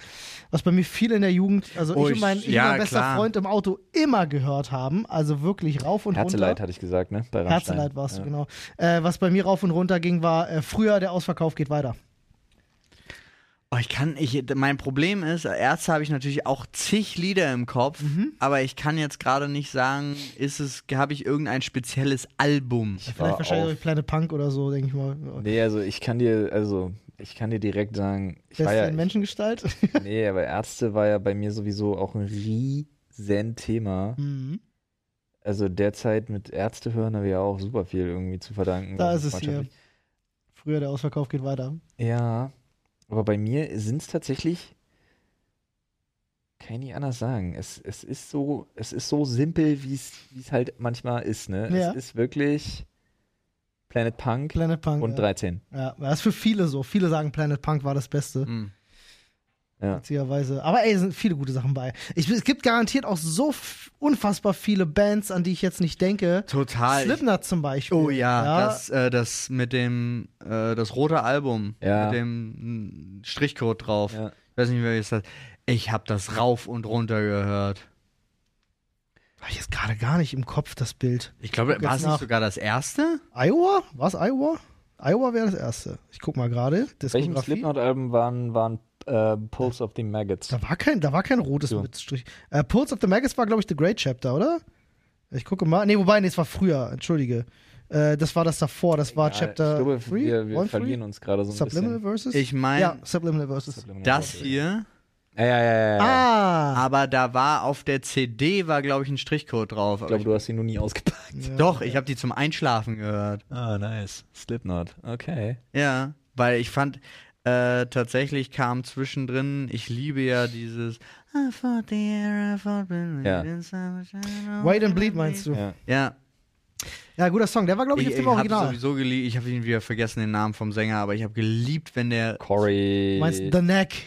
S1: was bei mir viel in der Jugend, also
S2: Oh,
S1: ich und mein,
S2: ich-
S1: ich und
S2: ja,
S1: mein bester
S2: klar.
S1: Freund im Auto immer gehört haben, also wirklich rauf und runter.
S3: Herzeleid, hatte ich gesagt, ne? Bei Rammstein.
S1: Herzeleid warst
S3: ja.
S1: du, genau. Äh, was bei mir rauf und runter ging, war äh, früher der Ausverkauf geht weiter.
S2: Oh, ich kann, ich, mein Problem ist, Ärzte habe ich natürlich auch zig Lieder im Kopf,
S1: Mhm.
S2: aber ich kann jetzt gerade nicht sagen, ist es, habe ich irgendein spezielles Album?
S3: Ich
S1: Vielleicht
S3: war
S1: wahrscheinlich durch
S3: auf,
S1: Planet Punk oder so, denke ich mal.
S3: Nee, also ich kann dir, also ich kann dir direkt sagen, ich war
S1: Beste
S3: ja,
S1: in Menschengestalt.
S3: ich, nee, aber Ärzte war ja bei mir sowieso auch ein riesen Thema.
S1: Mhm.
S3: Also derzeit mit Ärzte hören haben wir ja auch super viel irgendwie zu verdanken.
S1: Da ist
S3: Also
S1: es hier.
S3: freundschaftlich.
S1: Früher der Ausverkauf geht weiter.
S3: Ja, aber bei mir sind es tatsächlich, kann ich nicht anders sagen. Es, es ist so, es ist so simpel, wie es wie es halt manchmal ist, ne?
S1: Ja.
S3: Es ist wirklich Planet Punk
S1: Planet Punk.
S3: und
S1: ja.
S3: 13.
S1: Ja, das ist für viele so. Viele sagen, Planet Punk war das Beste,
S2: Hm.
S3: Ja.
S1: beziehungsweise. Aber ey, sind viele gute Sachen bei. Ich, es gibt garantiert auch so f- unfassbar viele Bands, an die ich jetzt nicht denke.
S2: Total. Ah, Ich-
S1: Slipknot zum Beispiel.
S2: Oh ja, Das, äh, das mit dem äh, das rote Album
S3: Ja.
S2: mit dem mm, Strichcode drauf.
S3: Ja.
S2: Ich weiß nicht, welches das. Ich habe das rauf und runter gehört.
S1: Hab ich jetzt gerade gar nicht im Kopf, das Bild.
S2: Ich glaube,
S1: Guck
S2: war
S1: jetzt
S2: es
S1: nach.
S2: nicht sogar das erste?
S1: Iowa? Was? Iowa? Iowa wäre das erste. Ich guck mal gerade.
S3: Welchem
S1: Diskografie.
S3: Slipknot-Album waren, waren äh, Pulse of the Maggots?
S1: Da war kein, da war kein rotes
S3: So.
S1: mit Strich. Äh, Pulse of the Maggots war, glaube ich, The Great Chapter, oder? Ich gucke mal. Nee, wobei, nee, es war früher. Entschuldige. Äh, das war das davor. Das war
S3: Ja,
S1: Chapter
S3: ich glaube,
S1: 3.
S3: wir, wir verlieren uns gerade so ein
S1: Subliminal
S3: bisschen.
S1: Verses?
S2: Ich meine,
S1: ja, Subliminal Verses.
S3: Subliminal
S2: das
S3: Verses.
S2: hier.
S3: Ja, ja, ja, ja, ja.
S1: Ah!
S2: Aber da war auf der CD war glaube ich ein Strichcode drauf.
S3: Ich
S2: Aber
S3: glaube, du hast ihn noch nie ausgepackt.
S1: Ja.
S2: Doch, ich habe die zum Einschlafen gehört.
S3: Ah, nice. Slipknot. Okay.
S2: Ja, weil ich fand, äh, tatsächlich kam zwischendrin, ich liebe ja dieses I fought the air, I fought the
S3: Ja.
S1: Wait and Bleed meinst du? Ja,
S3: Ja.
S2: Ja,
S1: guter Song. Der war, glaube ich,
S2: ich,
S1: auf
S2: ich
S1: dem
S2: habe
S1: Original.
S2: sowieso geliebt, ich habe ihn wieder vergessen, den Namen vom Sänger, aber ich habe geliebt, wenn der,
S3: Corey.
S1: Meinst du The Neck?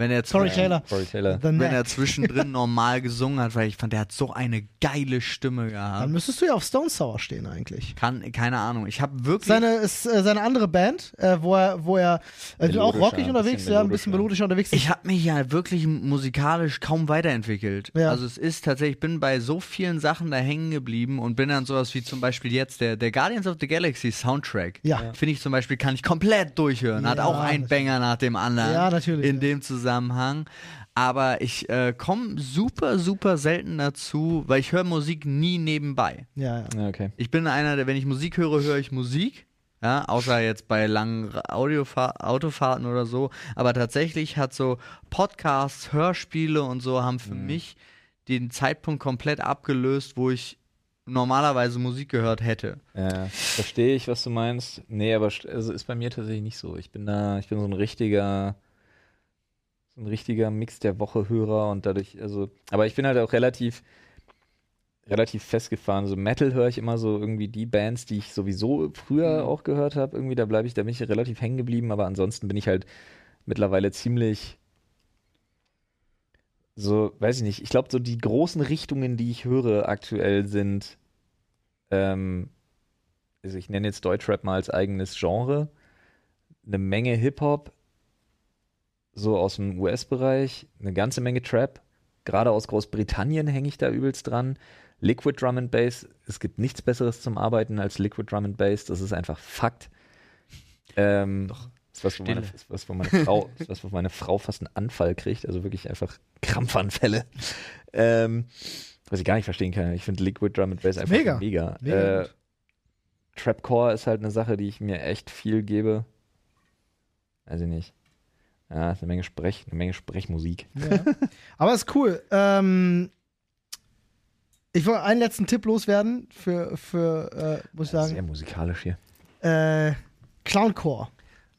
S2: wenn er,
S1: Sorry,
S2: zwischendrin-
S1: Taylor.
S3: Corey Taylor.
S1: The
S2: wenn er
S1: Neck.
S2: zwischendrin normal gesungen hat, weil ich fand, der hat so eine geile Stimme
S1: Dann
S2: gehabt.
S1: müsstest du ja auf Stone Sour stehen eigentlich.
S2: Kann, keine Ahnung, ich habe wirklich,
S1: Seine, ist, äh, seine andere Band, äh, wo er, wo er äh, auch
S3: Melodischer,
S1: rockig
S3: ein
S1: unterwegs,
S3: bisschen
S1: ja, ein bisschen melodischer
S3: melodischer.
S1: unterwegs ist.
S2: ich habe mich ja wirklich musikalisch kaum weiterentwickelt.
S1: Ja.
S2: Also es ist tatsächlich, ich bin bei so vielen Sachen da hängen geblieben und bin dann sowas wie zum Beispiel jetzt der, der Guardians of the Galaxy Soundtrack.
S1: Ja.
S2: Finde ich zum Beispiel, kann ich komplett durchhören. Hat
S1: Ja,
S2: auch einen
S1: natürlich.
S2: Banger nach dem anderen.
S1: Ja, natürlich,
S2: In
S1: ja.
S2: dem Zusammenhang. Aber ich äh, komme super, super selten dazu, weil ich höre Musik nie nebenbei.
S1: Ja, ja.
S3: Ja, okay.
S2: Ich bin einer, der, wenn ich Musik höre, höre ich Musik. Ja, außer jetzt bei langen Ra- Audiofa- Autofahrten oder so. Aber tatsächlich hat so Podcasts, Hörspiele und so haben für mich den Zeitpunkt komplett abgelöst, wo ich normalerweise Musik gehört hätte.
S3: Ja, verstehe ich, was du meinst. Nee, aber st- also ist bei mir tatsächlich nicht so. Ich bin da, ich bin so ein richtiger, so ein richtiger Mix der Woche Hörer und dadurch, also, aber ich bin halt auch relativ, relativ festgefahren. So Metal höre ich immer so irgendwie die Bands, die ich sowieso früher auch gehört habe. Irgendwie da bleibe ich, da bin ich relativ hängen geblieben. Aber ansonsten bin ich halt mittlerweile ziemlich so, weiß ich nicht. Ich glaube, so die großen Richtungen, die ich höre aktuell sind ähm, also ich nenne jetzt Deutschrap mal als eigenes Genre, eine Menge Hip-Hop, so aus dem US-Bereich, eine ganze Menge Trap. Gerade aus Großbritannien hänge ich da übelst dran. Liquid Drum and Bass, es gibt nichts Besseres zum Arbeiten als Liquid Drum and Bass, das ist einfach Fakt. Ähm, ist was, wo meine,
S2: Stille.
S3: ist was, wo meine Frau, ist was, wo meine Frau fast einen Anfall kriegt, also wirklich einfach Krampfanfälle. Ähm, was ich gar nicht verstehen kann. Ich finde Liquid Drum and Bass einfach
S1: Mega.
S3: mega. mega.
S1: Mega
S3: äh,
S1: gut.
S3: Trapcore ist halt eine Sache, die ich mir echt viel gebe. Weiß ich nicht. Ja, ist eine Menge Sprech, eine Menge Sprechmusik.
S1: Ja. Aber ist cool. Ähm, ich wollte einen letzten Tipp loswerden für, für äh, muss ich
S3: Sehr
S1: sagen,
S3: musikalisch hier.
S1: äh, Clowncore.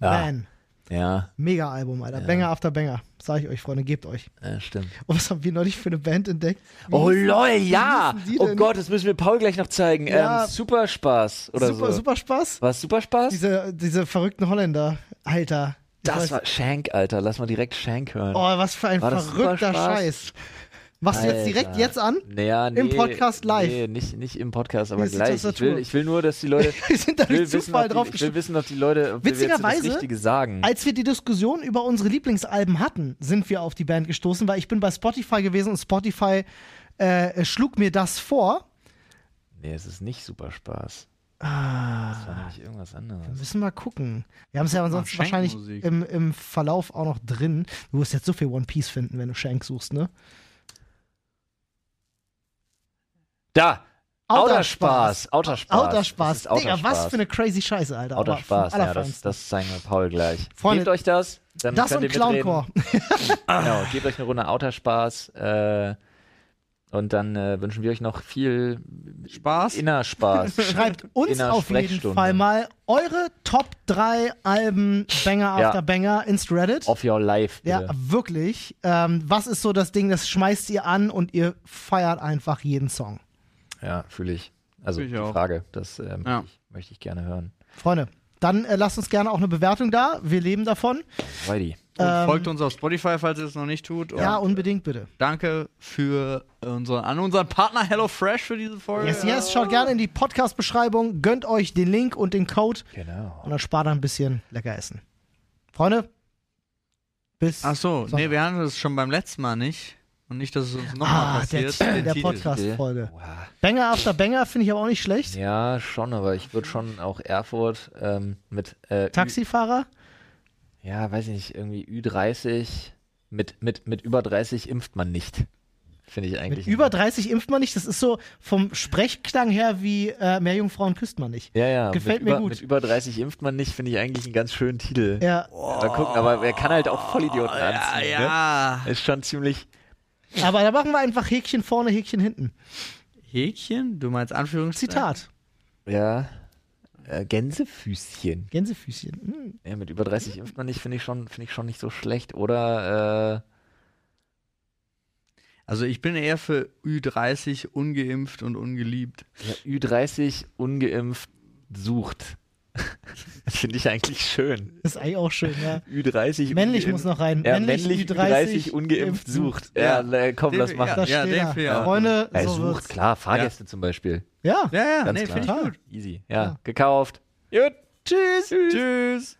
S3: Ah.
S1: Man.
S3: Ja,
S1: Mega Album, Alter.
S3: Ja.
S1: Banger after Banger. Sag ich euch, Freunde, gebt euch.
S3: äh, stimmt.
S1: Und was haben wir neulich für eine Band entdeckt? Wie
S3: Oh
S1: hieß-
S3: lol, ja!
S1: hießen die
S3: Oh
S1: denn?
S3: Gott, das müssen wir Paul gleich noch zeigen.
S1: Ja.
S3: Ähm, super Spaß oder
S1: super,
S3: so.
S1: super Spaß.
S3: War es super Spaß?
S1: Diese, diese verrückten Holländer. Alter. Ich
S3: das
S1: weiß-
S3: war Shank, Alter. Lass mal direkt Shank hören.
S1: Oh, was für ein
S3: War das
S1: verrückter
S3: super Spaß?
S1: Scheiß. Machst du jetzt direkt
S3: Alter. Mhm.
S1: jetzt an?
S3: Naja, nee,
S1: Im Podcast live.
S3: Nee, nicht, nicht im Podcast, aber
S1: Hier ist die
S3: gleich. Ich will,
S1: Tastatur.
S3: ich will nur, dass die Leute.
S1: Wir sind da
S3: ich will
S1: durch
S3: wissen,
S1: Zufall
S3: ob die,
S1: drauf
S3: Ich will wissen, ob die Leute ob wir jetzt das
S1: Witzigerweise-
S3: Richtige sagen.
S1: Als wir die Diskussion über unsere Lieblingsalben hatten, sind wir auf die Band gestoßen, weil ich bin bei Spotify gewesen und Spotify äh, schlug mir das vor.
S3: Nee, es ist nicht super Spaß. Das
S1: Ah.
S3: war nämlich irgendwas anderes.
S1: Müssen wir gucken. Wir haben es ja ansonsten wahrscheinlich
S2: Shankmusik.
S1: im, im Verlauf auch noch drin. Du wirst jetzt so viel One Piece finden, wenn du Shank suchst, ne?
S3: Da!
S1: Outer
S3: Outer, Spaß. Outer Spaß!
S1: Outer Spaß.
S3: Das ist Outer
S1: Digga,
S3: Spaß.
S1: was für eine crazy Scheiße, Alter.
S3: Outer
S1: Aber vom
S3: Spaß, ja, das,
S1: Allerfeinsten.
S3: das zeigen wir Paul gleich.
S1: Freunde,
S3: gebt euch das, dann
S1: das
S3: könnt
S1: und
S3: ihr mitreden.
S1: Clowncore.
S3: Genau, gebt euch eine Runde Outer Spaß äh, und dann äh, wünschen wir euch noch viel
S2: Spaß.
S3: Innerspaß.
S1: Schreibt uns
S3: In einer
S1: auf jeden
S3: Sprechstunde.
S1: Fall mal eure Top 3 Alben Banger
S3: Ja.
S1: after Banger ins Reddit.
S3: Of your life.
S1: Ja,
S3: bitte.
S1: wirklich. Ähm, was ist so das Ding, das schmeißt ihr an und ihr feiert einfach jeden Song?
S3: Ja, fühle ich. Also
S2: Fühl ich
S3: die
S2: auch.
S3: Frage, das ähm,
S2: Ja.
S3: möchte ich gerne hören.
S1: Freunde, dann äh, lasst uns gerne auch eine Bewertung da. Wir leben davon.
S3: Weidi.
S2: Und
S1: Ähm,
S2: folgt uns auf Spotify, falls ihr es noch nicht tut.
S1: Ja,
S2: Und
S1: unbedingt bitte.
S2: danke für unseren, an unseren Partner HelloFresh für diese Folge.
S1: Yes, yes, schaut gerne in die Podcast-Beschreibung, gönnt euch den Link und den Code
S3: Genau.
S1: und dann spart ihr ein bisschen lecker essen. Freunde, bis.
S2: Ach so,
S1: Sonntag.
S2: nee, wir hatten das schon beim letzten Mal nicht. Und nicht, dass es uns nochmal
S1: Ah, der
S2: passiert.
S1: Titel
S2: Den
S1: der
S2: Titel.
S1: Podcast-Folge. Banger after Banger finde ich aber auch nicht schlecht.
S3: Ja, schon, aber ich würde schon auch Erfurt ähm, mit äh, Ü-
S1: Taxifahrer?
S3: ja, weiß ich nicht, irgendwie Ü30 mit, mit, mit über 30 impft man nicht. Finde ich eigentlich.
S1: Mit über 30 impft man nicht. Das ist so vom Sprechklang her wie äh, mehr Jungfrauen küsst man nicht.
S3: ja, ja,
S1: gefällt
S3: mit
S1: mir
S3: über,
S1: gut.
S3: Mit über 30 impft man nicht, finde ich eigentlich einen ganz schönen Titel.
S1: Ja, Oh,
S3: Mal gucken, aber er kann halt auch Vollidioten
S2: Ah,
S3: anziehen.
S2: ja.
S3: Ne? Ist schon ziemlich.
S1: aber da machen wir einfach Häkchen vorne, Häkchen hinten.
S2: Häkchen? Du meinst Anführungszeichen?
S1: Zitat.
S3: Ja. Äh, Gänsefüßchen.
S1: Gänsefüßchen. Hm.
S3: Ja, mit über 30 impft man nicht, finde ich schon, finde ich schon nicht so schlecht. Oder
S2: Also ich bin eher für Ü30 ungeimpft und ungeliebt.
S3: äh, ja, Ü30 ungeimpft sucht. Das finde ich eigentlich schön.
S1: Ist eigentlich auch schön, ja.
S3: Ü30
S1: Männlich
S3: ungeimpft-
S1: muss noch rein.
S3: ja,
S1: männlich,
S3: männlich
S1: Ü30
S3: Ü30 ungeimpft sucht.
S2: Ja.
S3: Ja, na, komm,
S2: Den-
S3: lass machen.
S1: Das
S2: Ja,
S1: steht
S2: den
S1: da.
S2: finde ich auch
S1: Freunde,
S3: Er
S1: so
S3: sucht,
S1: wird's.
S3: klar, Fahrgäste zum Beispiel.
S1: Ja.
S2: Ja, ja,
S3: Ganz
S2: nee,
S3: klar.
S2: finde ich gut.
S3: Easy.
S1: Ja.
S3: ja. gekauft. Gut.
S2: Tschüss.